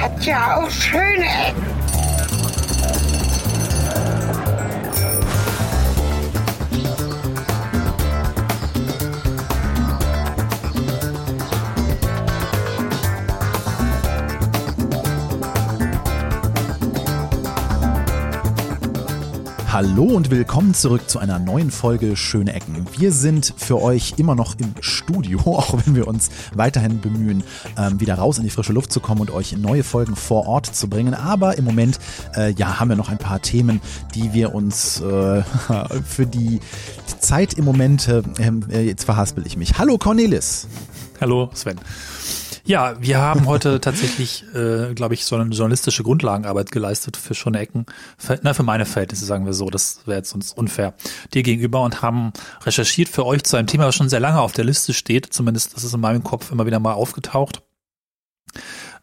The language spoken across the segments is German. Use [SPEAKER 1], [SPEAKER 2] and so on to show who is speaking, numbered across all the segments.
[SPEAKER 1] hat ja auch schöne Ecken.
[SPEAKER 2] Hallo und willkommen zurück zu einer neuen Folge Schöne Ecken. Wir sind für euch immer noch im Studio, auch wenn wir uns weiterhin bemühen, ähm, wieder raus in die frische Luft zu kommen und euch neue Folgen vor Ort zu bringen. Aber im Moment, äh, ja, haben wir noch ein paar Themen, die wir uns äh, für die Zeit im Moment, äh, äh, jetzt verhaspel ich mich. Hallo Cornelis.
[SPEAKER 3] Hallo Sven. Ja, wir haben heute tatsächlich, äh, glaube ich, so eine journalistische Grundlagenarbeit geleistet für schöne Ecken. Für, na, für meine Verhältnisse sagen wir so, das wäre jetzt uns unfair dir gegenüber und haben recherchiert für euch zu einem Thema, was schon sehr lange auf der Liste steht. Zumindest das ist in meinem Kopf immer wieder mal aufgetaucht,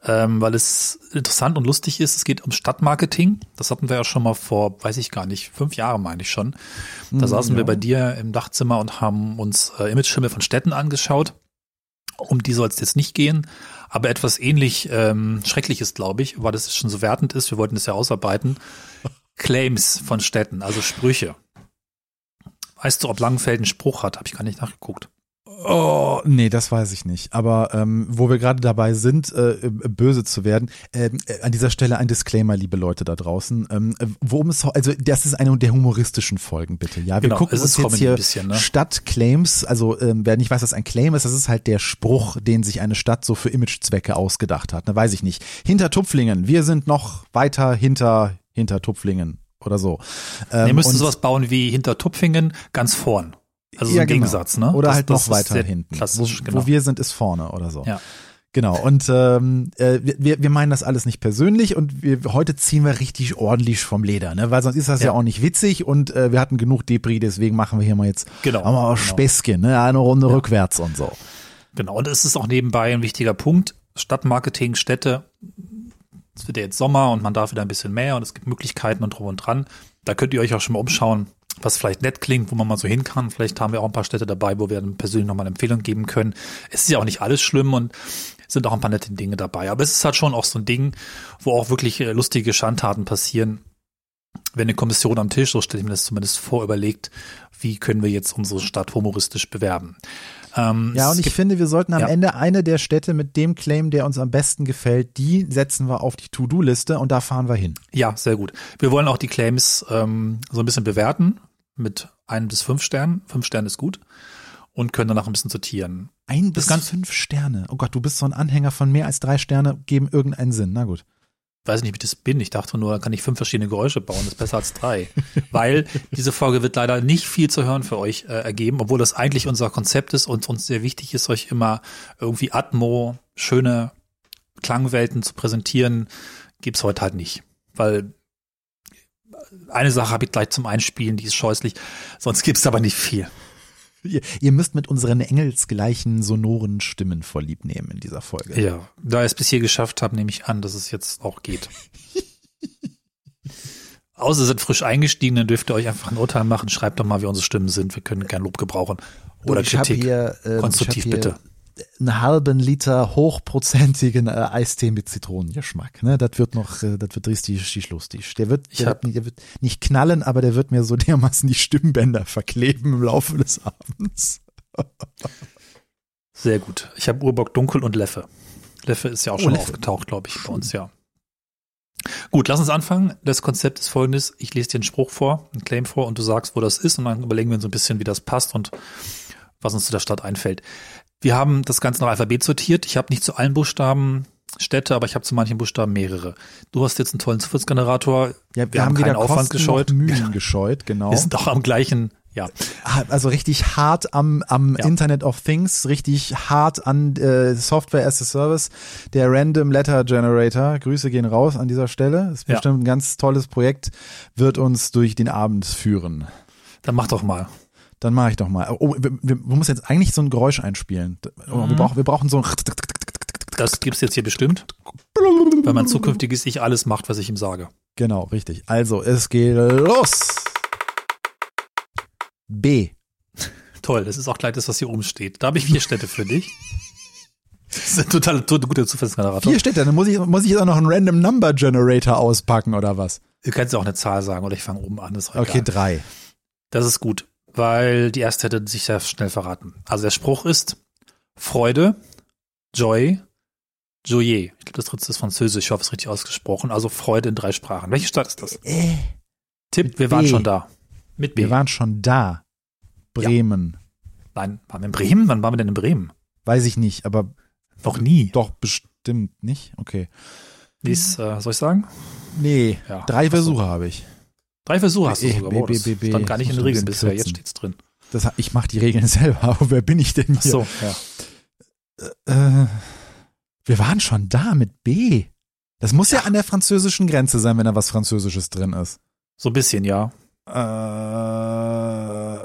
[SPEAKER 3] ähm, weil es interessant und lustig ist. Es geht um Stadtmarketing. Das hatten wir ja schon mal vor, weiß ich gar nicht, fünf Jahren meine ich schon.
[SPEAKER 2] Mhm,
[SPEAKER 3] Da saßen wir bei dir im Dachzimmer und haben uns äh, Image-Schimmel von Städten angeschaut. Um die soll es jetzt nicht gehen, aber etwas ähnlich ähm, Schreckliches, glaube ich, weil das schon so wertend ist. Wir wollten das ja ausarbeiten. Claims von Städten, also Sprüche. Weißt du, ob Langenfeld einen Spruch hat? Habe ich gar nicht nachgeguckt.
[SPEAKER 2] Oh, nee, das weiß ich nicht. Aber ähm, wo wir gerade dabei sind, äh, äh, böse zu werden, ähm, äh, an dieser Stelle ein Disclaimer, liebe Leute da draußen. Ähm, äh, worum es, also das ist eine der humoristischen Folgen, bitte. Ja, wir
[SPEAKER 3] Genau,
[SPEAKER 2] gucken
[SPEAKER 3] es
[SPEAKER 2] uns
[SPEAKER 3] ist
[SPEAKER 2] jetzt
[SPEAKER 3] Comedy
[SPEAKER 2] hier
[SPEAKER 3] ein bisschen, ne?
[SPEAKER 2] Stadtclaims. Also ähm, wer nicht weiß, was ein Claim ist, das ist halt der Spruch, den sich eine Stadt so für Imagezwecke ausgedacht hat. Ne, weiß ich nicht. Hinter Tupflingen. Wir sind noch weiter hinter hinter Tupflingen oder so. Ähm,
[SPEAKER 3] Ihr müsst
[SPEAKER 2] und-
[SPEAKER 3] sowas bauen wie hinter Tupfingen, ganz vorn. Also so
[SPEAKER 2] Ja,
[SPEAKER 3] ein
[SPEAKER 2] genau.
[SPEAKER 3] Gegensatz, ne?
[SPEAKER 2] Oder
[SPEAKER 3] Das-
[SPEAKER 2] halt
[SPEAKER 3] das
[SPEAKER 2] noch
[SPEAKER 3] ist
[SPEAKER 2] weiter
[SPEAKER 3] sehr
[SPEAKER 2] hinten.
[SPEAKER 3] Klassisch,
[SPEAKER 2] wo,
[SPEAKER 3] genau.
[SPEAKER 2] wo wir sind, ist vorne oder so.
[SPEAKER 3] ja.
[SPEAKER 2] Genau, und ähm, äh, wir, wir meinen das alles nicht persönlich und wir, heute ziehen wir richtig ordentlich vom Leder, ne? weil sonst ist das ja,
[SPEAKER 3] Ja.
[SPEAKER 2] auch nicht witzig und äh, wir hatten genug Depri, deswegen machen wir hier mal jetzt
[SPEAKER 3] Genau,
[SPEAKER 2] haben wir auch
[SPEAKER 3] genau.
[SPEAKER 2] Späßchen, ne? eine Runde rückwärts und so.
[SPEAKER 3] Genau, und es ist auch nebenbei ein wichtiger Punkt. Stadtmarketing, Städte, es wird ja jetzt Sommer und man darf wieder ein bisschen mehr und es gibt Möglichkeiten und drum und dran. Da könnt ihr euch auch schon mal umschauen, was vielleicht nett klingt, wo man mal so hin kann. Vielleicht haben wir auch ein paar Städte dabei, wo wir dann persönlich nochmal eine Empfehlung geben können. Es ist ja auch nicht alles schlimm und es sind auch ein paar nette Dinge dabei. Aber es ist halt schon auch so ein Ding, wo auch wirklich äh, lustige Schandtaten passieren. Wenn eine Kommission am Tisch, so stelle ich mir das zumindest vor, überlegt, wie können wir jetzt unsere Stadt humoristisch bewerben. Ähm,
[SPEAKER 2] Ja,
[SPEAKER 3] es
[SPEAKER 2] und ich
[SPEAKER 3] gibt-
[SPEAKER 2] finde, wir sollten am
[SPEAKER 3] Ja.
[SPEAKER 2] Ende eine der Städte mit dem Claim, der uns am besten gefällt, die setzen wir auf die To-Do-Liste und da fahren wir hin.
[SPEAKER 3] Ja, sehr gut. Wir wollen auch die Claims ähm, so ein bisschen bewerten mit ein bis fünf Sternen. Fünf Sterne ist gut und können danach ein bisschen sortieren.
[SPEAKER 2] Ein bis
[SPEAKER 3] Das Ganze-
[SPEAKER 2] fünf Sterne. Oh Gott, du bist so ein Anhänger von mehr als drei Sterne, geben irgendeinen Sinn. Na gut.
[SPEAKER 3] Weiß nicht, wie ich das bin. Ich dachte nur, dann kann ich fünf verschiedene Geräusche bauen. Das ist besser als drei. Weil diese Folge wird leider nicht viel zu hören für euch äh, ergeben, obwohl das eigentlich unser Konzept ist und uns sehr wichtig ist, euch immer irgendwie Atmo, schöne Klangwelten zu präsentieren. Gibt's heute halt nicht. Weil eine Sache habe ich gleich zum Einspielen, die ist scheußlich. Sonst gibt's aber nicht viel.
[SPEAKER 2] Ihr, ihr müsst mit unseren engelsgleichen sonoren Stimmen vorlieb nehmen in dieser Folge.
[SPEAKER 3] Ja, da ich es bis hier geschafft habe, nehme ich an, dass es jetzt auch geht. Außer ihr seid frisch eingestiegen, dann dürft ihr euch einfach ein Urteil machen. Schreibt doch mal, wie unsere Stimmen sind. Wir können gern Lob gebrauchen. Oder
[SPEAKER 2] ich hab
[SPEAKER 3] Kritik.
[SPEAKER 2] Hier, ähm,
[SPEAKER 3] Konstruktiv,
[SPEAKER 2] ich hab hier
[SPEAKER 3] bitte.
[SPEAKER 2] Einen halben Liter hochprozentigen äh, Eistee mit Zitronengeschmack. Ne? Das wird noch, äh, das wird richtig, richtig lustig. Der wird,
[SPEAKER 3] Ich
[SPEAKER 2] der,
[SPEAKER 3] hab-
[SPEAKER 2] wird, der wird nicht knallen, aber der wird mir so dermaßen die Stimmbänder verkleben im Laufe des Abends.
[SPEAKER 3] Sehr gut. Ich habe Urbock Dunkel und Leffe. Leffe ist ja auch
[SPEAKER 2] Oh,
[SPEAKER 3] schon
[SPEAKER 2] Leffe.
[SPEAKER 3] aufgetaucht, glaube ich, bei uns, ja. Gut, lass uns anfangen. Das Konzept ist folgendes. Ich lese dir einen Spruch vor, einen Claim vor und du sagst, wo das ist und dann überlegen wir uns ein bisschen, wie das passt und was uns zu der Stadt einfällt. Wir haben das Ganze nach Alphabet sortiert. Ich habe nicht zu allen Buchstaben Städte, aber ich habe zu manchen Buchstaben mehrere. Du hast jetzt einen tollen Zufallsgenerator.
[SPEAKER 2] Ja, wir,
[SPEAKER 3] Wir
[SPEAKER 2] haben,
[SPEAKER 3] haben
[SPEAKER 2] wieder
[SPEAKER 3] keinen Aufwand
[SPEAKER 2] Kosten noch
[SPEAKER 3] gescheut.
[SPEAKER 2] Mühen gescheut, genau.
[SPEAKER 3] Wir sind auch am gleichen, ja.
[SPEAKER 2] Ha- Also richtig hart am, am
[SPEAKER 3] Ja.
[SPEAKER 2] Internet of Things, richtig hart an äh, Software as a Service. Der Random Letter Generator, Grüße gehen raus an dieser Stelle. Ist
[SPEAKER 3] Ja.
[SPEAKER 2] bestimmt ein ganz tolles Projekt, wird uns durch den Abend führen.
[SPEAKER 3] Dann mach doch mal.
[SPEAKER 2] Dann mache ich doch mal. Oh, wir, wir, wir müssen jetzt eigentlich so ein Geräusch einspielen. oh,
[SPEAKER 3] Mhm.
[SPEAKER 2] Wir, brauchen, wir brauchen so ein
[SPEAKER 3] Das gibt's jetzt hier bestimmt, weil mein zukünftiges Ich alles macht, was ich ihm sage.
[SPEAKER 2] Genau, richtig. Also, es geht los. B.
[SPEAKER 3] Toll, das ist auch gleich das, was hier oben steht. Da habe ich vier Städte für dich. ist ein total to guter Zufallsgenerator.
[SPEAKER 2] Hier steht dann, muss ich, muss ich jetzt auch noch einen Random Number Generator auspacken oder was?
[SPEAKER 3] Du kannst auch eine Zahl sagen oder ich fange oben an. Das ist auch
[SPEAKER 2] Okay,
[SPEAKER 3] egal.
[SPEAKER 2] drei.
[SPEAKER 3] Das ist gut, weil die erste hätte sich sehr schnell verraten. Also der Spruch ist Freude, Joy, Joyeux. Ich glaube, das dritte ist Französisch. Ich hoffe, es ist richtig ausgesprochen. Also Freude in drei Sprachen. Welche Stadt ist das?
[SPEAKER 2] Äh,
[SPEAKER 3] Tipp, wir
[SPEAKER 2] B.
[SPEAKER 3] waren schon da. Mit B.
[SPEAKER 2] wir waren schon da. Bremen.
[SPEAKER 3] Nein, waren wir in Bremen? Wann waren wir denn in Bremen?
[SPEAKER 2] Weiß ich nicht, aber
[SPEAKER 3] Noch nie.
[SPEAKER 2] doch bestimmt nicht. Okay.
[SPEAKER 3] Dies, äh, soll ich sagen?
[SPEAKER 2] Nee,
[SPEAKER 3] Ja.
[SPEAKER 2] drei
[SPEAKER 3] Ach so.
[SPEAKER 2] Versuche habe ich.
[SPEAKER 3] Drei Versuche hast du
[SPEAKER 2] B,
[SPEAKER 3] sogar.
[SPEAKER 2] B,
[SPEAKER 3] Wow,
[SPEAKER 2] B,
[SPEAKER 3] das
[SPEAKER 2] B, B.
[SPEAKER 3] stand gar nicht
[SPEAKER 2] Ich
[SPEAKER 3] in den
[SPEAKER 2] muss ein
[SPEAKER 3] Regeln
[SPEAKER 2] bisschen
[SPEAKER 3] bisher. Jetzt
[SPEAKER 2] kürzen.
[SPEAKER 3] steht's drin.
[SPEAKER 2] Das, ich mache die Regeln selber. Wer bin ich denn hier?
[SPEAKER 3] Ach so, ja.
[SPEAKER 2] Äh, wir waren schon da mit B. Das muss ja an der französischen Grenze sein, wenn da was Französisches drin ist.
[SPEAKER 3] So ein bisschen, ja.
[SPEAKER 2] Äh,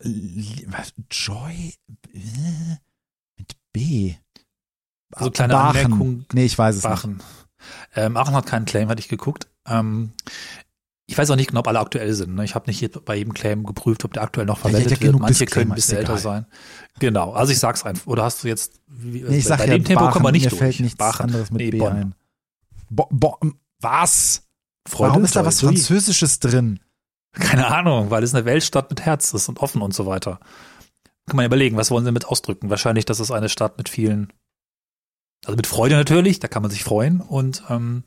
[SPEAKER 2] li- was? Joy äh, mit B.
[SPEAKER 3] Also kleine
[SPEAKER 2] Bachen.
[SPEAKER 3] Anmerkung.
[SPEAKER 2] Nee, ich weiß es nicht.
[SPEAKER 3] Aachen. Ähm, Aachen hat keinen Claim, hatte ich geguckt. Ähm, ich weiß auch nicht genau, ob alle aktuell sind. Ne? Ich habe nicht je- bei jedem Claim geprüft, ob der aktuell noch
[SPEAKER 2] Ja, ja,
[SPEAKER 3] verwendet
[SPEAKER 2] ja,
[SPEAKER 3] wird.
[SPEAKER 2] genug
[SPEAKER 3] Manche können
[SPEAKER 2] Disclaimer,
[SPEAKER 3] ein bisschen
[SPEAKER 2] ist
[SPEAKER 3] älter
[SPEAKER 2] egal.
[SPEAKER 3] sein. Genau, also ich sag's einfach. Oder hast du jetzt, wie,
[SPEAKER 2] Nee, ich sag
[SPEAKER 3] Also bei
[SPEAKER 2] ja,
[SPEAKER 3] dem Tempo
[SPEAKER 2] Bachen,
[SPEAKER 3] kommen wir nicht
[SPEAKER 2] mir
[SPEAKER 3] durch.
[SPEAKER 2] fällt nichts
[SPEAKER 3] Bachen.
[SPEAKER 2] anderes mit
[SPEAKER 3] Nee,
[SPEAKER 2] B
[SPEAKER 3] Bonn.
[SPEAKER 2] ein. Bo Bo was?
[SPEAKER 3] Freude,
[SPEAKER 2] Warum ist da
[SPEAKER 3] Joy,
[SPEAKER 2] was
[SPEAKER 3] Joy.
[SPEAKER 2] Französisches drin?
[SPEAKER 3] Keine Ahnung, weil es eine Weltstadt mit Herz ist und offen und so weiter. Kann man überlegen, was wollen sie damit ausdrücken? Wahrscheinlich, dass es eine Stadt mit vielen, also mit Freude natürlich, da kann man sich freuen und ähm,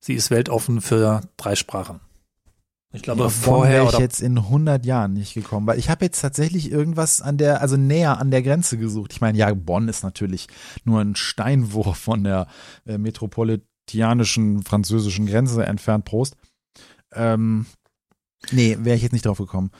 [SPEAKER 3] sie ist weltoffen für drei Sprachen. Ich glaube,
[SPEAKER 2] Auf Bonn
[SPEAKER 3] vorher
[SPEAKER 2] wär ich
[SPEAKER 3] oder
[SPEAKER 2] jetzt in 100 Jahren nicht gekommen, weil ich habe jetzt tatsächlich irgendwas an der, also näher an der Grenze gesucht. Ich meine, ja, Bonn ist natürlich nur ein Steinwurf von der äh, metropolitanischen französischen Grenze entfernt. Prost. Ähm, nee, wäre ich jetzt nicht drauf gekommen.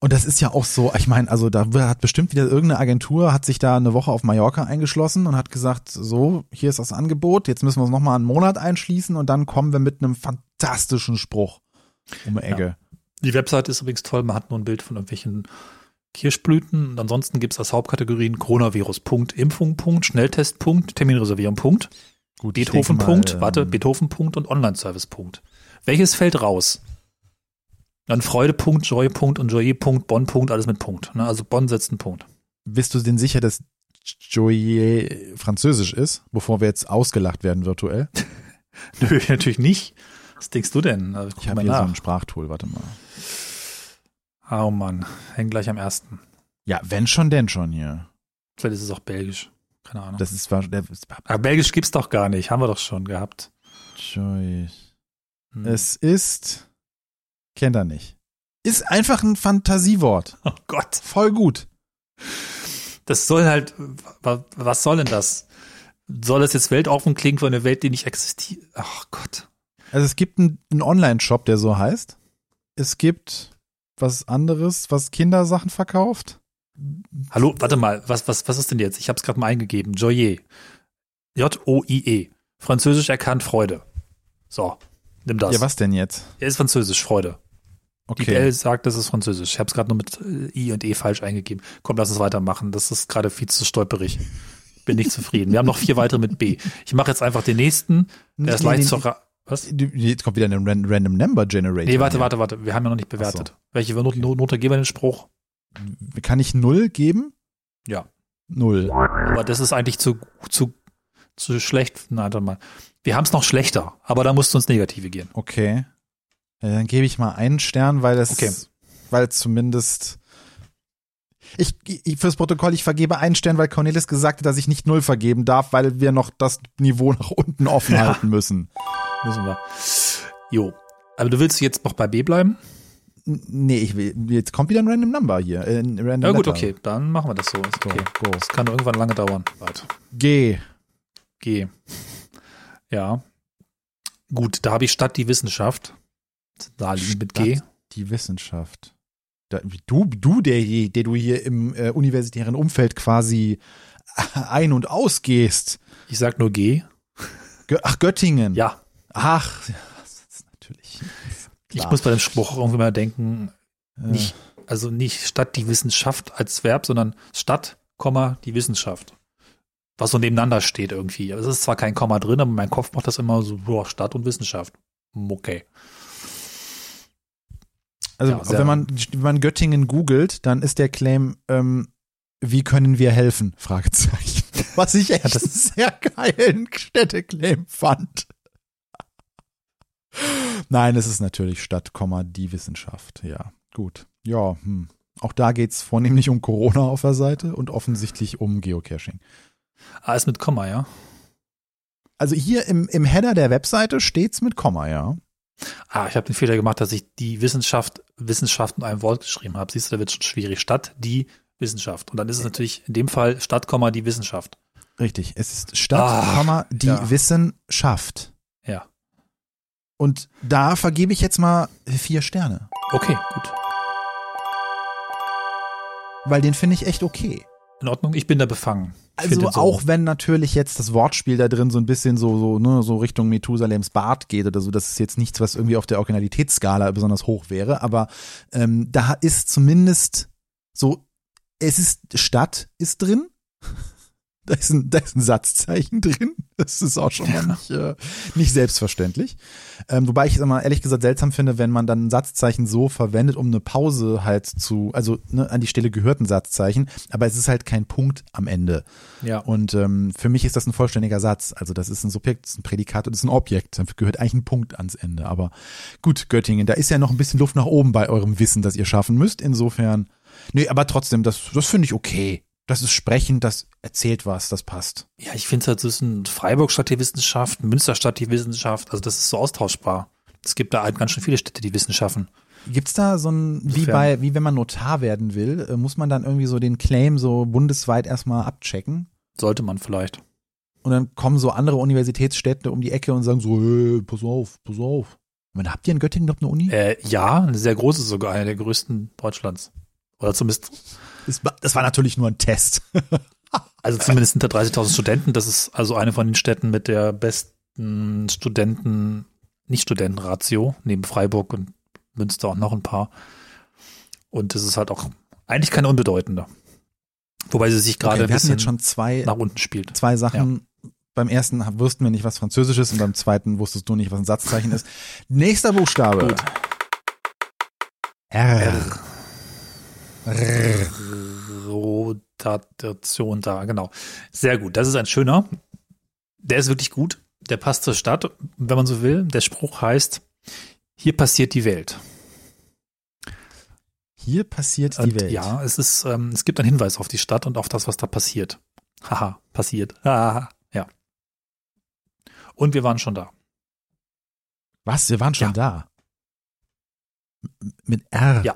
[SPEAKER 2] Und das ist ja auch so, ich meine, also da hat bestimmt wieder irgendeine Agentur, hat sich da eine Woche auf Mallorca eingeschlossen und hat gesagt, so, hier ist das Angebot, jetzt müssen wir uns nochmal einen Monat einschließen und dann kommen wir mit einem fantastischen Spruch um die Ecke.
[SPEAKER 3] die Webseite ist übrigens toll, man hat nur ein Bild von irgendwelchen Kirschblüten und ansonsten gibt es als Hauptkategorien Coronavirus, Punkt, Impfung, Punkt, Schnelltest, Punkt, Terminreservierung, Punkt.
[SPEAKER 2] Gut, ich
[SPEAKER 3] Beethoven.
[SPEAKER 2] denke mal,
[SPEAKER 3] Punkt,
[SPEAKER 2] ähm,
[SPEAKER 3] warte, Beethoven. Punkt und Online-Service. Punkt. Welches fällt raus? Dann Freude. Punkt, Joy. Punkt und Joy. Punkt, Bonn. Punkt, alles mit Punkt. Ne? Also Bonn setzt einen Punkt.
[SPEAKER 2] Bist du denn sicher, dass Joyer französisch ist, bevor wir jetzt ausgelacht werden virtuell?
[SPEAKER 3] Nö, natürlich nicht. Was denkst du denn? Also, guck
[SPEAKER 2] Ich habe
[SPEAKER 3] mal
[SPEAKER 2] hier so
[SPEAKER 3] nach.
[SPEAKER 2] ein Sprachtool, warte mal.
[SPEAKER 3] oh Mann, häng gleich am ersten.
[SPEAKER 2] Ja, wenn schon, denn schon hier.
[SPEAKER 3] Vielleicht ist es auch belgisch. Keine Ahnung.
[SPEAKER 2] Das ist wahr- der ist-
[SPEAKER 3] Aber belgisch gibt's doch gar nicht. Haben wir doch schon gehabt.
[SPEAKER 2] Joy.
[SPEAKER 3] Hm.
[SPEAKER 2] Es ist kennt er nicht. Ist einfach ein Fantasiewort.
[SPEAKER 3] oh Gott.
[SPEAKER 2] Voll gut.
[SPEAKER 3] Das soll halt, wa- was soll denn das? Soll das jetzt weltoffen klingen für eine Welt, die nicht existiert? Ach Gott.
[SPEAKER 2] Also es gibt einen einen Online-Shop, der so heißt. Es gibt was anderes, was Kindersachen verkauft.
[SPEAKER 3] Hallo, warte mal, was, was, was ist denn jetzt? Ich habe es gerade mal eingegeben. Joyer. J-O-I-E. E. Französisch erkannt Freude. So, nimm das.
[SPEAKER 2] Ja, was denn jetzt?
[SPEAKER 3] Er ist Französisch, Freude. Die
[SPEAKER 2] Okay.
[SPEAKER 3] Bell sagt, das ist Französisch. Ich habe es gerade nur mit äh, I und E falsch eingegeben. Komm, lass uns weitermachen. Das ist gerade viel zu stolperig. Bin nicht zufrieden. Wir haben noch vier weitere mit B. Ich mache jetzt einfach den nächsten. Der ist
[SPEAKER 2] Nee, nee,
[SPEAKER 3] leicht
[SPEAKER 2] nee.
[SPEAKER 3] zu ra- Was?
[SPEAKER 2] Jetzt kommt wieder ein Ran- Random Number Generator.
[SPEAKER 3] Nee, warte,
[SPEAKER 2] hier.
[SPEAKER 3] warte, warte. Wir haben ja noch nicht bewertet. Welche Note, Note geben wir den Spruch?
[SPEAKER 2] Kann ich null geben?
[SPEAKER 3] Ja.
[SPEAKER 2] Null.
[SPEAKER 3] Aber das ist eigentlich zu, zu, zu schlecht. Nein, warte mal. Wir haben es noch schlechter, aber da musst du ins Negative gehen.
[SPEAKER 2] Okay. Ja, dann gebe ich mal einen Stern, weil das,
[SPEAKER 3] Okay.
[SPEAKER 2] weil zumindest ich, ich fürs Protokoll, ich vergebe einen Stern, weil Cornelis gesagt hat, dass ich nicht null vergeben darf, weil wir noch das Niveau nach unten offen
[SPEAKER 3] Ja.
[SPEAKER 2] halten müssen.
[SPEAKER 3] Müssen wir. Jo. Aber du willst jetzt noch bei B bleiben?
[SPEAKER 2] N- Nee, ich will, jetzt kommt wieder ein Random Number hier. Äh, ein random
[SPEAKER 3] Ja, gut,
[SPEAKER 2] Letter.
[SPEAKER 3] okay. Dann machen wir das so. Ist
[SPEAKER 2] So,
[SPEAKER 3] okay.
[SPEAKER 2] go.
[SPEAKER 3] Das kann irgendwann lange dauern. Warte.
[SPEAKER 2] G.
[SPEAKER 3] G. Ja. Gut, da habe ich statt die Wissenschaft. Da liegen mit G.
[SPEAKER 2] Die Wissenschaft. Da, du, du der, je- der du hier im äh, universitären Umfeld quasi ein- und ausgehst.
[SPEAKER 3] Ich sag nur G.
[SPEAKER 2] Gö Ach, Göttingen.
[SPEAKER 3] Ja.
[SPEAKER 2] Ach, ja, das ist natürlich.
[SPEAKER 3] Ich
[SPEAKER 2] Klar.
[SPEAKER 3] muss bei dem Spruch irgendwie mal denken,
[SPEAKER 2] Äh,
[SPEAKER 3] nicht, also nicht statt die Wissenschaft als Verb, sondern statt, Komma, die Wissenschaft. Was so nebeneinander steht irgendwie. Also Es ist zwar kein Komma drin, aber mein Kopf macht das immer so, boah, Stadt und Wissenschaft. Hm, Okay.
[SPEAKER 2] Also
[SPEAKER 3] ja, sehr-
[SPEAKER 2] wenn, man, wenn man Göttingen googelt, dann ist der Claim ähm, wie können wir helfen? Fragezeichen. Was ich echt einen sehr geilen Städteclaim fand. Nein, es ist natürlich Stadt, die Wissenschaft. Ja, gut. Ja, hm. Auch da geht's vornehmlich um Corona auf der Seite und offensichtlich um Geocaching.
[SPEAKER 3] Ah, ist mit Komma, ja.
[SPEAKER 2] Also hier im, im Header der Webseite steht's mit Komma, ja.
[SPEAKER 3] Ah, ich habe den Fehler gemacht, dass ich die Wissenschaft, Wissenschaft in einem Wort geschrieben habe. Siehst du, da wird schon schwierig. Stadt, die Wissenschaft. Und dann ist es natürlich in dem Fall Stadt, Komma, die Wissenschaft.
[SPEAKER 2] Richtig, es ist Stadt, Komma, die
[SPEAKER 3] ja.
[SPEAKER 2] Wissenschaft.
[SPEAKER 3] Ja.
[SPEAKER 2] Und da vergebe ich jetzt mal vier Sterne,
[SPEAKER 3] Okay, gut.
[SPEAKER 2] weil den finde ich echt okay.
[SPEAKER 3] In Ordnung, ich bin da befangen. Ich find
[SPEAKER 2] Also
[SPEAKER 3] den so.
[SPEAKER 2] auch wenn natürlich jetzt das Wortspiel da drin so ein bisschen so so ne, so Richtung Methusalems Bart geht oder so, das ist jetzt nichts, was irgendwie auf der Originalitätsskala besonders hoch wäre, aber ähm, da ist zumindest so, es ist Stadt ist drin. Da ist, ein, da ist ein Satzzeichen drin. Das ist auch schon mal nicht, äh, nicht selbstverständlich. Ähm, wobei ich es immer ehrlich gesagt seltsam finde, wenn man dann ein Satzzeichen so verwendet, um eine Pause halt zu, also ne, an die Stelle gehört ein Satzzeichen, aber es ist halt kein Punkt am Ende.
[SPEAKER 3] Ja.
[SPEAKER 2] Und ähm, für mich ist das ein vollständiger Satz. Also das ist ein Subjekt, das ist ein Prädikat und das ist ein Objekt. Da gehört eigentlich ein Punkt ans Ende. Aber gut, Göttingen, da ist ja noch ein bisschen Luft nach oben bei eurem Wissen, das ihr schaffen müsst. Insofern, nee, aber trotzdem, das, das finde ich okay. Das ist sprechend, das erzählt was, das passt.
[SPEAKER 3] Ja, ich finde es halt zwischen Freiburg Stadt die Wissenschaft, Münster Stadt die Wissenschaft, also das ist so austauschbar. Es gibt da halt ganz schön viele Städte, die Wissenschaften.
[SPEAKER 2] Gibt's da so ein, wie
[SPEAKER 3] Insofern-
[SPEAKER 2] bei, wie wenn man Notar werden will, äh, muss man dann irgendwie so den Claim so bundesweit erstmal abchecken?
[SPEAKER 3] Sollte man vielleicht.
[SPEAKER 2] Und dann kommen so andere Universitätsstädte um die Ecke und sagen so, hey, pass auf, pass auf. Ich meine, habt ihr in Göttingen noch eine Uni?
[SPEAKER 3] Äh, ja, eine sehr große sogar, eine der größten Deutschlands. Oder zumindest,
[SPEAKER 2] Das war, das war natürlich nur ein Test.
[SPEAKER 3] also zumindest hinter 30.000 Studenten. Das ist also eine von den Städten mit der besten Studenten, nicht Studentenratio, neben Freiburg und Münster und noch ein paar. Und das ist halt auch eigentlich keine unbedeutende. Wobei sie sich gerade
[SPEAKER 2] Okay,
[SPEAKER 3] ein
[SPEAKER 2] wir hatten
[SPEAKER 3] bisschen
[SPEAKER 2] jetzt schon zwei,
[SPEAKER 3] nach unten spielt.
[SPEAKER 2] zwei Sachen. Beim ersten wussten wir nicht, was Französisch ist und beim zweiten wusstest du nicht, was ein Satzzeichen ist. Nächster Buchstabe.
[SPEAKER 3] Gut.
[SPEAKER 2] R. R.
[SPEAKER 3] Rotation da, genau. Sehr gut. Das ist ein schöner. Der ist wirklich gut. Der passt zur Stadt, wenn man so will. Der Spruch heißt, hier passiert die Welt.
[SPEAKER 2] Hier passiert die
[SPEAKER 3] und
[SPEAKER 2] Welt.
[SPEAKER 3] Äh, ja, es ist, ähm, es gibt einen Hinweis auf die Stadt und auf das, was da passiert. Haha, passiert. Haha, ja. Und wir waren schon da.
[SPEAKER 2] Was? Wir waren schon da. M- Mit R.
[SPEAKER 3] Ja.